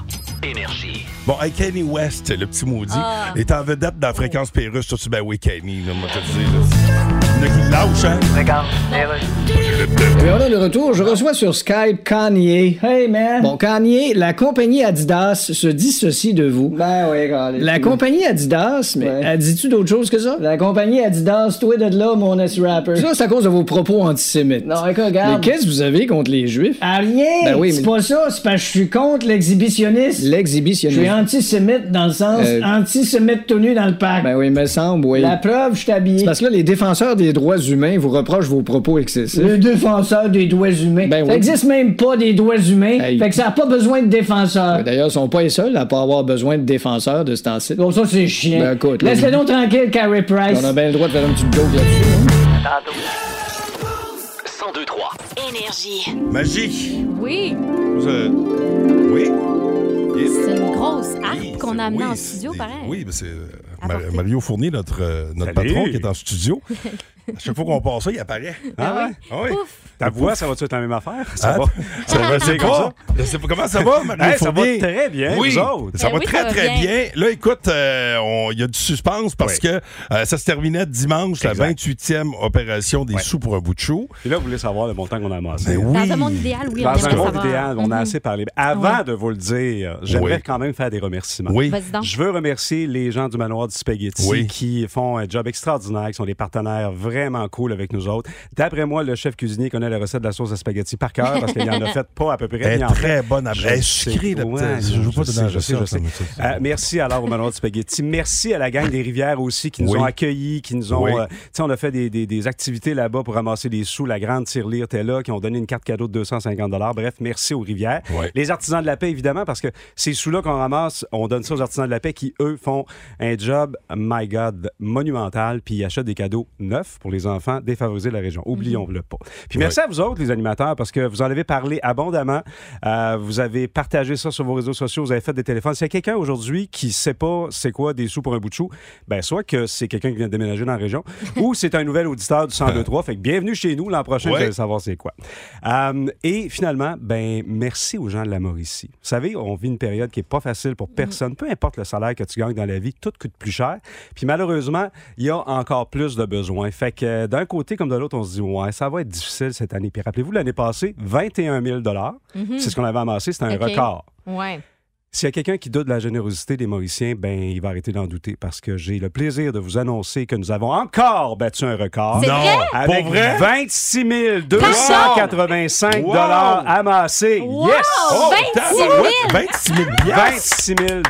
[SPEAKER 2] Énergie.
[SPEAKER 3] Bon, hey, Kenny West, le petit maudit,
[SPEAKER 2] Ah.
[SPEAKER 3] est en vedette dans la fréquence Pérusse. Toi, tu ben oui, Kenny, là, moi, te le dire, là. Il y en a qui le lâchent, hein? Regarde,
[SPEAKER 6] Et bien voilà, de retour, je reçois sur Skype Kanye. Hey, man! Bon, Kanye, la compagnie Adidas se dissocie de vous. Ben oui, La compagnie Adidas, mais elle dis-tu d'autre chose que ça? La compagnie Adidas, toi de là, mon S-rapper. Ça, c'est à cause de vos propos antisémites. Non, écoute,
[SPEAKER 8] regarde.
[SPEAKER 6] Mais qu'est-ce que vous avez contre les Juifs?
[SPEAKER 12] Ah, rien!
[SPEAKER 6] Ben oui,
[SPEAKER 12] c'est
[SPEAKER 6] mais-
[SPEAKER 12] pas ça, c'est parce que je suis contre l'exhibitionniste. Je
[SPEAKER 6] L'exhibitionniste.
[SPEAKER 12] suis antisémite dans le sens
[SPEAKER 6] Euh,
[SPEAKER 12] antisémite tout nu dans le parc.
[SPEAKER 6] Ben oui, me semble, oui.
[SPEAKER 12] La preuve, je
[SPEAKER 6] C'est
[SPEAKER 12] t'habille.
[SPEAKER 6] parce que là, les défenseurs des droits humains vous reprochent vos propos excessifs.
[SPEAKER 12] Le défenseur des doigts humains.
[SPEAKER 6] Ben
[SPEAKER 12] ça
[SPEAKER 6] oui.
[SPEAKER 12] existe même pas des doigts humains.
[SPEAKER 6] Hey. Ben,
[SPEAKER 12] Fait que ça a pas besoin de défenseur.
[SPEAKER 6] D'ailleurs, ils sont pas les seuls à pas avoir besoin de défenseurs de ce temps-ci.
[SPEAKER 12] Bon, ça, c'est chiant.
[SPEAKER 6] Ben, écoute, là,
[SPEAKER 12] Laisse-le donc tranquille, Carrie Price.
[SPEAKER 6] On a bien le droit de faire un petit joke là-dessus. hein.
[SPEAKER 2] 1023
[SPEAKER 1] Énergie.
[SPEAKER 3] Magie.
[SPEAKER 5] Oui,
[SPEAKER 3] Vous, euh, Oui.
[SPEAKER 5] c'est une grosse harpe Ah, qu'on a amenée en studio, pareil. Ah,
[SPEAKER 3] Oui, mais c'est euh, Mar- Mario Fournier, notre, euh, notre patron qui est en studio. À chaque fois qu'on passe ça, il apparaît.
[SPEAKER 15] Ah
[SPEAKER 3] ouais? Ah oui.
[SPEAKER 15] Ta voix, ça va-tu être la même affaire?
[SPEAKER 3] Ah,
[SPEAKER 15] Ça va?
[SPEAKER 3] ça va,
[SPEAKER 5] Ah,
[SPEAKER 3] c'est
[SPEAKER 15] comme
[SPEAKER 3] pas. Je sais pas comment ça va, Mario
[SPEAKER 15] Hey, ça va
[SPEAKER 3] Fournier?
[SPEAKER 15] très bien,
[SPEAKER 3] Oui,
[SPEAKER 15] vous autres.
[SPEAKER 3] Ça
[SPEAKER 15] Ben
[SPEAKER 3] va
[SPEAKER 15] oui,
[SPEAKER 3] très,
[SPEAKER 15] ça va
[SPEAKER 3] très bien.
[SPEAKER 15] bien.
[SPEAKER 3] Là, écoute, euh, on- il y a du suspense parce que euh, ça se terminait dimanche, la 28e opération des sous pour un bout de chou.
[SPEAKER 15] Et là, vous voulez savoir le montant qu'on a amassé.
[SPEAKER 3] Ben oui. Mm-hmm.
[SPEAKER 5] Dans un monde idéal, oui, on
[SPEAKER 15] Dans
[SPEAKER 5] aimerait
[SPEAKER 15] un monde
[SPEAKER 5] savoir.
[SPEAKER 15] idéal, on a
[SPEAKER 5] Mhm.
[SPEAKER 15] assez parlé. Avant
[SPEAKER 5] Oui.
[SPEAKER 15] de vous le dire, j'aimerais quand même faire des remerciements.
[SPEAKER 5] Oui. Vas-y donc.
[SPEAKER 15] Je veux remercier les gens du manoir du Spaghetti
[SPEAKER 3] Oui.
[SPEAKER 15] qui font un job extraordinaire, qui sont des partenaires vraiment cool avec nous autres. D'après moi, le chef cuisinier connaît la recette de la sauce à spaghetti par cœur parce qu'il en a fait pas à peu près.
[SPEAKER 3] Elle est
[SPEAKER 15] ni en fait.
[SPEAKER 3] très bonne à-
[SPEAKER 15] Je
[SPEAKER 3] elle est
[SPEAKER 15] sais.
[SPEAKER 3] sucrée, la petite- je veux pas
[SPEAKER 15] je
[SPEAKER 3] donner la
[SPEAKER 15] sais, je sais,
[SPEAKER 3] recette,
[SPEAKER 15] je sais.
[SPEAKER 3] mais ça,
[SPEAKER 15] Euh, merci alors au manoir du Spaghetti. Merci à la gang des Rivières aussi qui nous
[SPEAKER 3] Oui.
[SPEAKER 15] ont accueillis, qui nous ont.
[SPEAKER 3] Oui.
[SPEAKER 15] euh, tu sais, on a fait des, des- des activités là-bas pour ramasser des sous. La grande tirelire était là, qui ont donné une carte cadeau de 250 Bref, merci aux Rivières. Les artisans de la paix, évidemment, parce que ces sous-là qu'on ramasse, on donne ça aux artisans de la paix qui, eux, font un job, my God, monumental, puis ils achètent des cadeaux neufs pour les enfants défavorisés de la région. Oublions-le pas. Puis merci à vous autres, les animateurs, parce que vous en avez parlé abondamment. Euh, vous avez partagé ça sur vos réseaux sociaux, vous avez fait des téléphones. S'il y a quelqu'un aujourd'hui qui sait pas c'est quoi des sous pour un bout de chou, ben soit que c'est quelqu'un qui vient de déménager dans la région, ou c'est un nouvel auditeur du
[SPEAKER 3] Euh,
[SPEAKER 15] 102.3. Fait que bienvenue chez nous. L'an prochain,
[SPEAKER 3] Ouais.
[SPEAKER 15] vous allez savoir c'est quoi. Euh, et finalement, ben merci aux gens de la Mauricie. Vous savez, on vit une période qui est pas facile
[SPEAKER 5] Mm.
[SPEAKER 15] pour personne. Peu importe le salaire que tu gagnes dans la vie, tout coûte plus cher. Puis malheureusement, il y a encore plus de besoins. Fait que euh, d'un côté comme de l'autre, on se dit ouais, ça va être difficile cette année. Puis rappelez-vous l'année passée, 21 000 dollars,
[SPEAKER 5] Mhm.
[SPEAKER 15] c'est ce qu'on avait amassé, c'était un
[SPEAKER 5] Ok.
[SPEAKER 15] record.
[SPEAKER 5] Ouais.
[SPEAKER 15] S'il y a quelqu'un qui doute de la générosité des Mauriciens, ben il va arrêter d'en douter parce que j'ai le plaisir de vous annoncer que nous avons encore battu un record.
[SPEAKER 3] C'est Non, vrai?
[SPEAKER 15] avec
[SPEAKER 3] pour vrai?
[SPEAKER 15] 26 285
[SPEAKER 3] Wow!
[SPEAKER 15] dollars amassés.
[SPEAKER 3] Wow!
[SPEAKER 15] Yes!
[SPEAKER 3] Oh, 26 000! tabarouette,
[SPEAKER 15] 26 000 26 000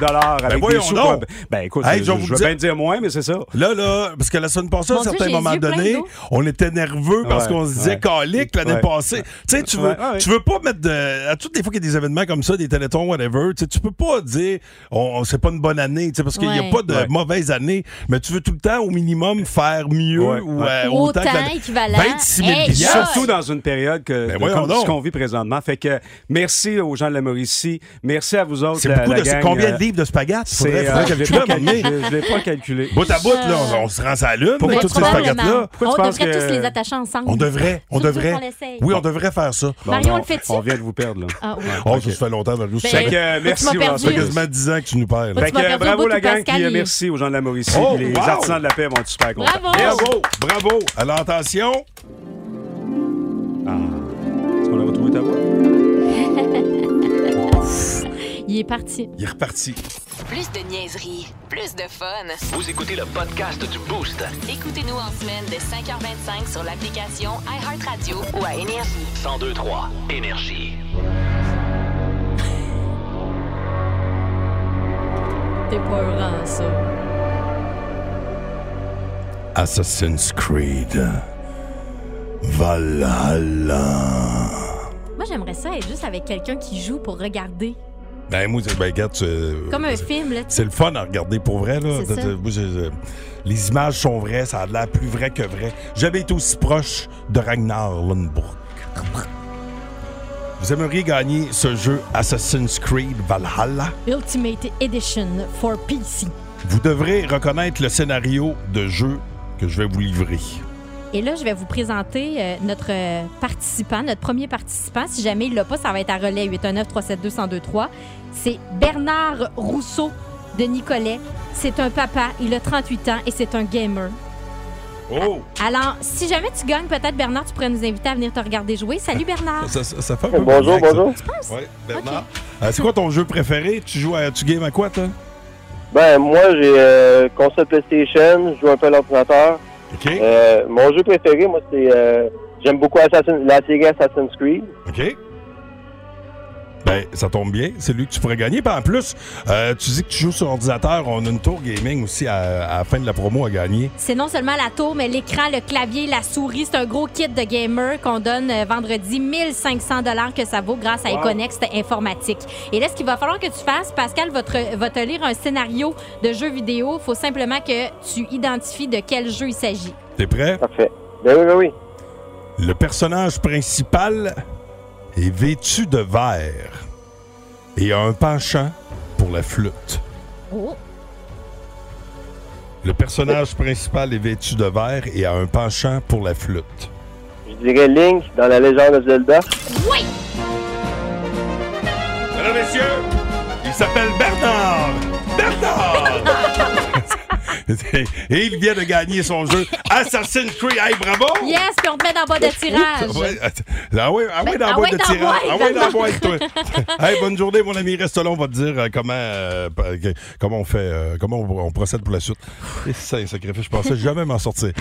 [SPEAKER 15] avec
[SPEAKER 3] voyons
[SPEAKER 15] des sous.
[SPEAKER 3] donc.
[SPEAKER 15] pour- Ben écoute,
[SPEAKER 3] Hey,
[SPEAKER 15] je,
[SPEAKER 3] je vais
[SPEAKER 15] je
[SPEAKER 3] vous
[SPEAKER 15] veux
[SPEAKER 3] dire-
[SPEAKER 15] bien dire moins, mais c'est ça.
[SPEAKER 3] Là, là, parce que la semaine passée, à un
[SPEAKER 15] Mon Dieu,
[SPEAKER 3] certain
[SPEAKER 15] j'ai les
[SPEAKER 3] moment
[SPEAKER 15] yeux pleins
[SPEAKER 3] donné,
[SPEAKER 15] d'eau.
[SPEAKER 3] on était nerveux parce
[SPEAKER 15] Ouais,
[SPEAKER 3] qu'on se disait
[SPEAKER 15] ouais.
[SPEAKER 3] calique l'année
[SPEAKER 15] Ouais.
[SPEAKER 3] passée. Tu sais, tu veux,
[SPEAKER 15] Ouais, ouais.
[SPEAKER 3] tu veux pas mettre de. À toutes les fois qu'il y a des événements comme ça, des télétons, whatever, tu sais, tu peux pas dire on, on- c'est pas une bonne année, tu sais, parce qu'il n'y
[SPEAKER 5] Ouais.
[SPEAKER 3] a pas de
[SPEAKER 5] Ouais.
[SPEAKER 3] mauvaise année, mais tu veux tout le temps au minimum faire mieux ou euh, autant, que la- 26 000
[SPEAKER 5] Hey,
[SPEAKER 3] piastres.
[SPEAKER 5] ça,
[SPEAKER 15] Surtout dans une période que, de-
[SPEAKER 3] Ben voyons
[SPEAKER 15] comme
[SPEAKER 3] donc.
[SPEAKER 15] ce qu'on vit présentement. Fait que merci aux gens de la Mauricie. Merci à vous autres.
[SPEAKER 3] C'est
[SPEAKER 15] la-
[SPEAKER 3] beaucoup
[SPEAKER 15] la
[SPEAKER 3] de- c'est
[SPEAKER 15] gang,
[SPEAKER 3] combien
[SPEAKER 15] euh,
[SPEAKER 3] de livres de spaghette? Faudrait-
[SPEAKER 15] c'est,
[SPEAKER 3] faudrait
[SPEAKER 15] euh,
[SPEAKER 3] qu'elle
[SPEAKER 15] je
[SPEAKER 3] vienne
[SPEAKER 15] l'ai pas
[SPEAKER 3] me le
[SPEAKER 15] calculé.
[SPEAKER 3] donner.
[SPEAKER 15] Je l'ai pas calculé.
[SPEAKER 3] Bout à bout, là, on, on se rend à la lune
[SPEAKER 15] Pourquoi
[SPEAKER 3] avec
[SPEAKER 15] tu
[SPEAKER 3] toutes ces
[SPEAKER 15] penses-
[SPEAKER 3] spaghettis-là.
[SPEAKER 15] Pourquoi tu
[SPEAKER 5] on
[SPEAKER 15] penses
[SPEAKER 5] devrait
[SPEAKER 15] que-
[SPEAKER 5] tous les attacher ensemble.
[SPEAKER 3] On devrait, on
[SPEAKER 5] Surtout
[SPEAKER 3] devrait.
[SPEAKER 5] qu'on l'essaye.
[SPEAKER 3] Oui, on devrait faire ça.
[SPEAKER 5] Mario, on le fait-tu?
[SPEAKER 15] On vient de vous perdre, là.
[SPEAKER 5] Ah oui.
[SPEAKER 3] Oh, ça, ça fait longtemps, Mario.
[SPEAKER 5] Ben,
[SPEAKER 3] Fait que,
[SPEAKER 15] euh,
[SPEAKER 3] tu
[SPEAKER 15] merci,
[SPEAKER 3] m'as perdu.
[SPEAKER 15] Laurence.
[SPEAKER 3] Ça fait quasiment 10 ans que tu nous perds. là.
[SPEAKER 15] Fait que, euh, bravo la gang,
[SPEAKER 5] Pascal,
[SPEAKER 15] puis euh,
[SPEAKER 5] il-
[SPEAKER 15] merci aux gens de la Mauricie.
[SPEAKER 3] Oh,
[SPEAKER 15] puis les
[SPEAKER 3] wow!
[SPEAKER 15] artisans de la paix vont être super contents.
[SPEAKER 5] Bravo!
[SPEAKER 3] Bravo, bravo. Alors, attention.
[SPEAKER 15] Est-ce qu'on a retrouvé ta voix?
[SPEAKER 5] Il est parti.
[SPEAKER 3] Il est reparti.
[SPEAKER 1] Plus de niaiserie, plus de fun.
[SPEAKER 2] Vous écoutez le podcast du Boost.
[SPEAKER 1] Écoutez-nous en semaine de 5h25 sur l'application iHeartRadio ou à Énergie.
[SPEAKER 2] 1023 Énergie.
[SPEAKER 5] T'es pas heureux, ça.
[SPEAKER 3] Assassin's Creed. Valhalla.
[SPEAKER 5] Moi, j'aimerais ça être juste avec quelqu'un qui joue pour regarder.
[SPEAKER 3] Ben, moi, c'est- ben, regarde, tu-
[SPEAKER 5] Comme un film, là. tu sais.
[SPEAKER 3] C'est le fun à regarder pour vrai, là.
[SPEAKER 5] C'est ça.
[SPEAKER 3] T'as- t'as- moi, j'ai- euh, les images sont vraies, ça a l'air plus vrai que vrai. J'avais été aussi proche de Ragnar Lundbrook. Vous aimeriez gagner ce jeu Assassin's Creed Valhalla?
[SPEAKER 5] Ultimate Edition for PC.
[SPEAKER 3] Vous devrez reconnaître le scénario de jeu que je vais vous livrer.
[SPEAKER 5] Et là, je vais vous présenter euh, notre euh, participant, notre premier participant. Si jamais il l'a pas, ça va être à relais 819-372-1023. C'est Bernard Rousseau de Nicolet. C'est un papa, il a 38 ans et c'est un gamer.
[SPEAKER 3] Oh!
[SPEAKER 5] Alors, si jamais tu gagnes, peut-être Bernard, tu pourrais nous inviter à venir te regarder jouer. Salut Bernard!
[SPEAKER 3] Ça, ça- ça fait un peu
[SPEAKER 16] Bonjour,
[SPEAKER 3] maniaque, ça.
[SPEAKER 16] bonjour.
[SPEAKER 3] Ouais, Bernard. Euh, c'est quoi ton jeu préféré? Tu joues à, tu games à quoi, toi?
[SPEAKER 16] Ben, moi, j'ai euh, console PlayStation, je joue un peu à l'ordinateur. Euh, mon jeu préféré, moi, c'est. euh, J'aime beaucoup Assassin- la série Assassin's Creed.
[SPEAKER 3] OK. Ben, ça tombe bien. C'est lui que tu pourrais gagner. Puis en plus, euh, tu dis que tu joues sur ordinateur. On a une tour gaming aussi à, à la fin de la promo à gagner.
[SPEAKER 5] C'est non seulement la tour, mais l'écran, le clavier, la souris. C'est un gros kit de gamer qu'on donne euh, vendredi 1500 que ça vaut grâce à
[SPEAKER 17] Wow.
[SPEAKER 5] Econext Informatique. Et là, ce qu'il va falloir que tu fasses, Pascal va te, va te lire un scénario de jeu vidéo. faut simplement que tu identifies de quel jeu il s'agit.
[SPEAKER 3] T'es prêt?
[SPEAKER 16] Parfait. Ben oui, ben oui.
[SPEAKER 3] Le personnage principal est vêtu de vert et a un penchant pour la flûte.
[SPEAKER 5] Oh.
[SPEAKER 3] Le personnage principal est vêtu de vert et a un penchant pour la flûte.
[SPEAKER 16] Je dirais Link dans la légende de Zelda.
[SPEAKER 5] Oui!
[SPEAKER 3] Mesdames, messieurs, il s'appelle Bernard! Bernard! et il vient de gagner son jeu Assassin's Creed. Hey, bravo!
[SPEAKER 5] Yes, puis on te met dans le bas de
[SPEAKER 3] Ah
[SPEAKER 5] tirage.
[SPEAKER 3] ouais, att- ah ouais, ah ouais,
[SPEAKER 5] Ben,
[SPEAKER 3] dans
[SPEAKER 5] ah
[SPEAKER 3] la boîte
[SPEAKER 5] ouais,
[SPEAKER 3] de
[SPEAKER 5] dans la
[SPEAKER 3] tirage.
[SPEAKER 5] boîte,
[SPEAKER 3] Ah ouais, dans la
[SPEAKER 5] Bernard.
[SPEAKER 3] boîte, toi. Hey, bonne journée, mon ami. Reste là, on va te dire euh, comment, euh, pa- que- comment on fait, euh, comment on, on procède pour la suite. Et c'est un sacrifice, je pensais jamais m'en sortir.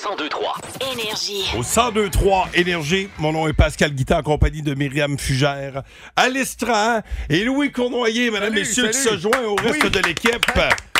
[SPEAKER 2] 1023
[SPEAKER 1] Énergie.
[SPEAKER 3] Au 1023 Énergie, mon nom est Pascal Guittet en compagnie de Myriam Fugère, Alice Trahan et Louis Cournoyer, mesdames,
[SPEAKER 18] Salut,
[SPEAKER 3] messieurs, qui se
[SPEAKER 18] salut.
[SPEAKER 3] joint au reste
[SPEAKER 18] Oui.
[SPEAKER 3] de l'équipe.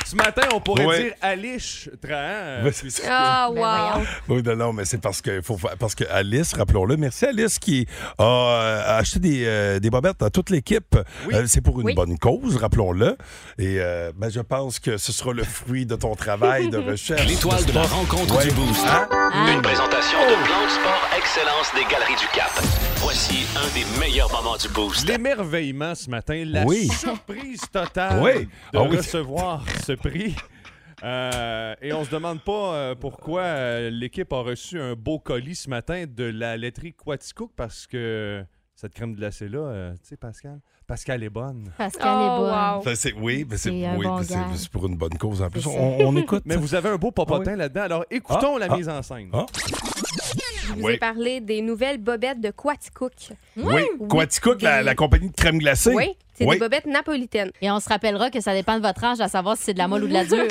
[SPEAKER 18] Ce matin, on pourrait
[SPEAKER 3] Ouais.
[SPEAKER 18] dire Alish Trahan.
[SPEAKER 3] Ben,
[SPEAKER 18] euh,
[SPEAKER 3] c'est
[SPEAKER 18] puisque-
[SPEAKER 5] Ah, wow!
[SPEAKER 3] Oui, non, non, mais c'est parce que faut fa- parce que Alice, rappelons-le, merci Alice qui a euh, acheté des, euh, des bobettes à toute l'équipe. Euh, c'est pour une
[SPEAKER 18] Oui.
[SPEAKER 3] bonne cause, rappelons-le. Et euh, ben, je pense que ce sera le fruit de ton travail de recherche.
[SPEAKER 2] L'étoile de la rencontre
[SPEAKER 3] Ouais.
[SPEAKER 2] du Boost.
[SPEAKER 3] Hein?
[SPEAKER 5] Ah.
[SPEAKER 2] Une présentation de Plan de Sport Excellence des Galeries du Cap. Voici un des meilleurs moments du Boost.
[SPEAKER 18] L'émerveillement ce matin, la
[SPEAKER 2] Oui.
[SPEAKER 18] surprise totale
[SPEAKER 2] Oui.
[SPEAKER 18] de
[SPEAKER 2] Ah oui.
[SPEAKER 18] recevoir ce prix. Euh, et on se demande pas euh, pourquoi euh, l'équipe a reçu un beau colis ce matin de la laiterie Quaticook parce que cette crème glacée-là, euh, tu sais, Pascal, Pascal est bonne.
[SPEAKER 5] Pascal est
[SPEAKER 18] Oh,
[SPEAKER 5] bonne.
[SPEAKER 18] wow.
[SPEAKER 3] Ben, c'est- oui, ben, c'est
[SPEAKER 5] C'est un
[SPEAKER 3] oui,
[SPEAKER 5] bon
[SPEAKER 3] ben, c'est-
[SPEAKER 5] gars.
[SPEAKER 3] c'est pour une bonne cause. En plus,
[SPEAKER 5] C'est ça.
[SPEAKER 3] on, on écoute.
[SPEAKER 18] Mais vous avez un beau popotin
[SPEAKER 3] Ah oui.
[SPEAKER 18] là-dedans, alors écoutons la
[SPEAKER 3] Ah.
[SPEAKER 18] mise en scène.
[SPEAKER 3] Ah.
[SPEAKER 4] Je vous
[SPEAKER 3] Oui.
[SPEAKER 4] ai parlé des nouvelles bobettes de Quaticook.
[SPEAKER 3] Oui, Quaticook, la, la compagnie de crème glacée.
[SPEAKER 4] Oui, c'est des bobettes napolitaines.
[SPEAKER 5] Et on se rappellera que ça dépend de votre âge à savoir si c'est de la molle ou de la dure.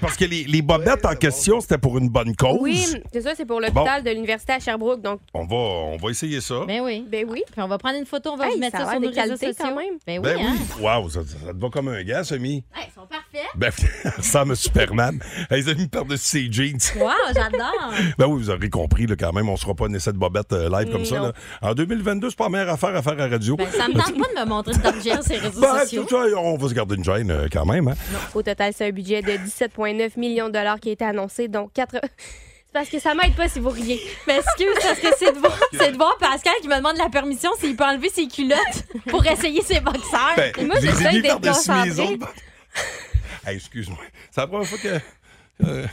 [SPEAKER 3] Parce que les, les bobettes en question, c'était pour une bonne cause.
[SPEAKER 4] Oui, c'est ça, c'est pour l'hôpital de l'Université à Sherbrooke. Donc,
[SPEAKER 3] On va, on va essayer ça.
[SPEAKER 5] Ben oui.
[SPEAKER 4] Ben oui.
[SPEAKER 5] Puis on va prendre une photo, on va
[SPEAKER 4] Hey,
[SPEAKER 5] vous mettre
[SPEAKER 4] ça
[SPEAKER 5] ça,
[SPEAKER 4] a
[SPEAKER 5] sur
[SPEAKER 4] l'air
[SPEAKER 5] nos
[SPEAKER 4] de
[SPEAKER 5] réseaux
[SPEAKER 4] qualité
[SPEAKER 5] sociaux.
[SPEAKER 4] quand même.
[SPEAKER 5] Ben oui,
[SPEAKER 3] Ben
[SPEAKER 5] hein?
[SPEAKER 3] oui. Wow, ça, ça te va comme un gars, Semi.
[SPEAKER 5] Hey, ils sont parfaits. Parfait.
[SPEAKER 3] Ben, elle ressemble à Superman. Elle les a mis par-dessus ses jeans.
[SPEAKER 5] Wow, j'adore.
[SPEAKER 3] Ben oui, vous aurez compris, là, quand même, on ne sera pas une cette bobette euh, live comme ça.
[SPEAKER 5] Non.
[SPEAKER 3] là. En 2022, c'est pas la meilleure affaire à faire à radio.
[SPEAKER 5] Ben, ça me tente pas de me montrer de Dodger sur les réseaux
[SPEAKER 3] Ben,
[SPEAKER 5] sociaux.
[SPEAKER 3] tout ça, on va se garder une gêne euh, quand même. hein.
[SPEAKER 4] Au total, c'est un budget de 17,9 millions de dollars qui a été annoncé, donc 4... C'est parce que ça m'aide pas si vous riez.
[SPEAKER 5] Mais excuse, parce que c'est de, voir, c'est de voir Pascal qui me demande la permission s'il peut enlever ses culottes pour essayer ses boxeurs.
[SPEAKER 3] Ben,
[SPEAKER 5] Et moi,
[SPEAKER 3] les
[SPEAKER 5] j'essaie
[SPEAKER 3] aiguilles
[SPEAKER 5] d'être
[SPEAKER 3] par-dessus mes
[SPEAKER 5] concentrée.
[SPEAKER 3] autres. Hey, excuse-moi. C'est la première fois que. euh,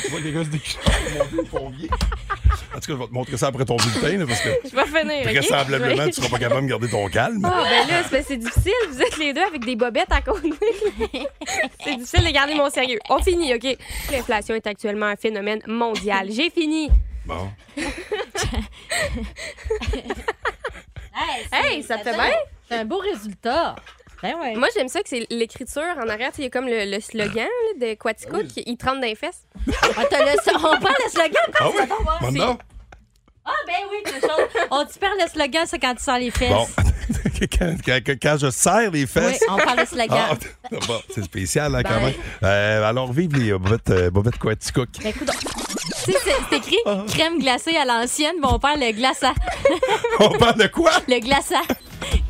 [SPEAKER 3] tu vois des gars se déguiser pour monter le pompier. En tout cas, je vais te montrer ça après ton bulletin, là, parce que.
[SPEAKER 4] Je vais finir, OK?
[SPEAKER 3] Vraisemblablement, tu seras pas capable de garder ton calme.
[SPEAKER 4] Ah, ben là, c'est parce que c'est difficile. Vous êtes les deux avec des bobettes à côté. c'est difficile de garder mon sérieux. On finit, OK? L'inflation est actuellement un phénomène mondial. J'ai fini.
[SPEAKER 3] Bon.
[SPEAKER 4] Hey, ça te fait bien?
[SPEAKER 5] C'est un beau résultat. Ben
[SPEAKER 4] Moi, j'aime ça que c'est l'écriture en arrière. Tu sais, Il y a comme le, le slogan là, de Quatico qui il trempe dans les fesses.
[SPEAKER 5] on parle le slogan?
[SPEAKER 3] Ah oui?
[SPEAKER 5] C'est-
[SPEAKER 3] Maintenant?
[SPEAKER 5] Ah, ben oui, quelque chose. On tu perds le slogan, c'est quand tu sors les fesses.
[SPEAKER 3] Bon. quand, quand- quand je serre les fesses.
[SPEAKER 5] Oui, on parle de slogan.
[SPEAKER 3] Ah, bon, c'est spécial, hein, quand
[SPEAKER 5] Ben.
[SPEAKER 3] même. Euh, alors, vive les euh, bobettes, euh, bobettes Quaticook.
[SPEAKER 5] Ben, écoute, tu sais, c'est- c'est écrit
[SPEAKER 3] Ah.
[SPEAKER 5] crème glacée à l'ancienne, mais on parle le glaçat.
[SPEAKER 3] On parle de quoi?
[SPEAKER 5] Le glaçat.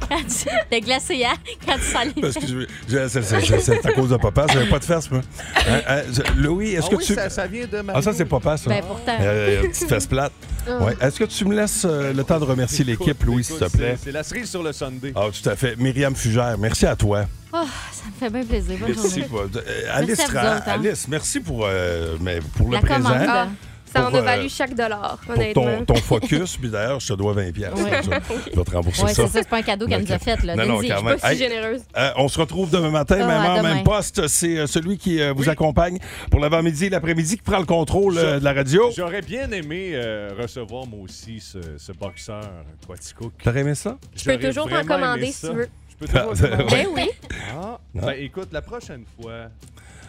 [SPEAKER 5] Quand tu- Le glacéat, quand tu sors les
[SPEAKER 3] Parce
[SPEAKER 5] fesses.
[SPEAKER 3] que je- je- c'est- c'est c'est- c'est à cause de papa, j'avais pas de fesses, moi. Hein, hein, je- Louis, est-ce
[SPEAKER 18] Ah
[SPEAKER 3] que
[SPEAKER 18] oui,
[SPEAKER 3] tu.
[SPEAKER 18] ça- ça vient de
[SPEAKER 3] Ah, ça,
[SPEAKER 18] Mario.
[SPEAKER 3] c'est papa, ça.
[SPEAKER 18] Ben, pourtant.
[SPEAKER 3] Euh, petite fesse plate.
[SPEAKER 18] Ah.
[SPEAKER 3] Ouais. Est-ce que tu me laisses euh, le temps de remercier l'équipe, Louis, s'il te
[SPEAKER 18] C'est-
[SPEAKER 3] plaît?
[SPEAKER 18] C'est la cerise sur le Sunday.
[SPEAKER 3] Ah, tout à fait. Myriam Fugère, merci à toi.
[SPEAKER 5] Oh, ça me fait bien plaisir. Bonne
[SPEAKER 3] Merci.
[SPEAKER 5] journée.
[SPEAKER 3] pour- euh, Alice,
[SPEAKER 5] Merci à vous
[SPEAKER 3] Ra-
[SPEAKER 5] autres, hein.
[SPEAKER 3] Alice, merci pour, euh, mais pour le
[SPEAKER 5] La
[SPEAKER 3] présent.
[SPEAKER 5] commande.
[SPEAKER 4] Ah, ça en
[SPEAKER 3] Pour,
[SPEAKER 4] a
[SPEAKER 3] euh,
[SPEAKER 4] valu chaque dollar,
[SPEAKER 3] pour
[SPEAKER 4] honnêtement.
[SPEAKER 3] ton, ton focus. Puis d'ailleurs, je te dois 20$. piastres.
[SPEAKER 4] Ouais.
[SPEAKER 3] Ça, Je vais te rembourser
[SPEAKER 5] Ouais,
[SPEAKER 3] ça.
[SPEAKER 5] c'est ça, c'est pas un cadeau qu'elle nous a fait. Là.
[SPEAKER 3] Non, non,
[SPEAKER 5] Donne-y.
[SPEAKER 3] quand même. Hey, euh, on se retrouve demain matin,
[SPEAKER 5] Ah,
[SPEAKER 3] même
[SPEAKER 5] à
[SPEAKER 3] heure,
[SPEAKER 5] demain.
[SPEAKER 3] même poste. C'est euh, celui qui euh, vous accompagne pour l'avant-midi et l'après-midi qui prend le contrôle euh, de la
[SPEAKER 4] Oh.
[SPEAKER 3] radio.
[SPEAKER 18] J'aurais bien aimé euh, recevoir moi aussi ce, ce boxeur Quatico.
[SPEAKER 3] T'aurais aimé ça?
[SPEAKER 4] Je peux
[SPEAKER 18] J'aurais
[SPEAKER 4] toujours t'en
[SPEAKER 18] vraiment aimé
[SPEAKER 4] commander
[SPEAKER 18] ça.
[SPEAKER 4] si tu veux. Eh
[SPEAKER 18] Je peux toujours en
[SPEAKER 3] Ben
[SPEAKER 18] commander.
[SPEAKER 4] oui.
[SPEAKER 18] Ah,
[SPEAKER 3] Non.
[SPEAKER 18] ben écoute, la prochaine fois.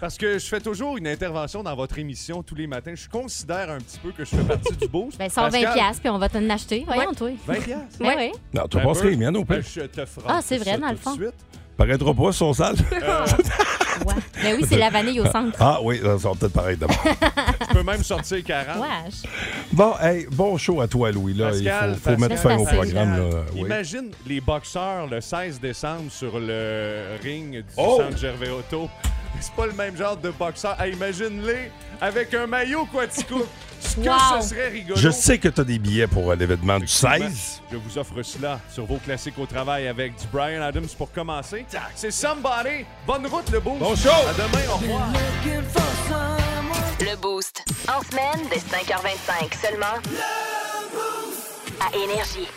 [SPEAKER 18] Parce que je fais toujours une intervention dans votre émission tous les matins. Je considère un petit peu que je fais partie du boost.
[SPEAKER 5] Ben, 120
[SPEAKER 18] Pascal,
[SPEAKER 5] piastres, puis on va t'en acheter. Voyons, toi.
[SPEAKER 18] 20 piastres?
[SPEAKER 5] Ben oui.
[SPEAKER 3] Non, tu
[SPEAKER 18] Un
[SPEAKER 3] passes
[SPEAKER 18] peu.
[SPEAKER 3] les miennes au
[SPEAKER 18] Ben,
[SPEAKER 3] pire.
[SPEAKER 18] Je te ferai.
[SPEAKER 5] Ah, c'est vrai, dans le fond.
[SPEAKER 3] Paraîtra pas, son sale.
[SPEAKER 5] Ben oui, c'est la vanille au centre.
[SPEAKER 3] Ah oui, ça va peut-être pareil d'abord.
[SPEAKER 18] Je peux même sortir
[SPEAKER 14] Ah.
[SPEAKER 18] 40.
[SPEAKER 5] Wesh.
[SPEAKER 3] Bon, hey, bon show à toi, Louis. Là,
[SPEAKER 18] Pascal,
[SPEAKER 3] il faut, faut
[SPEAKER 18] Pascal,
[SPEAKER 3] mettre fin au
[SPEAKER 18] Pascal.
[SPEAKER 3] programme. Là. Oui.
[SPEAKER 18] Imagine les boxeurs le 16 décembre sur le Euh, ring du
[SPEAKER 3] Oh!
[SPEAKER 18] Centre Gervais Auto. C'est pas le même genre de boxeur. Ah, Imagine-les avec un maillot Quatico. Ce que
[SPEAKER 13] Wow!
[SPEAKER 18] ce serait rigolo.
[SPEAKER 3] Je sais que tu as des billets pour euh, l'événement du 16.
[SPEAKER 18] Je vous offre cela sur vos classiques au travail avec du Brian Adams pour commencer. C'est Somebody. Bonne route, le beau. Bon show. À demain, au revoir.
[SPEAKER 1] Le Boost. En semaine, dès 5h25 seulement. À Énergie.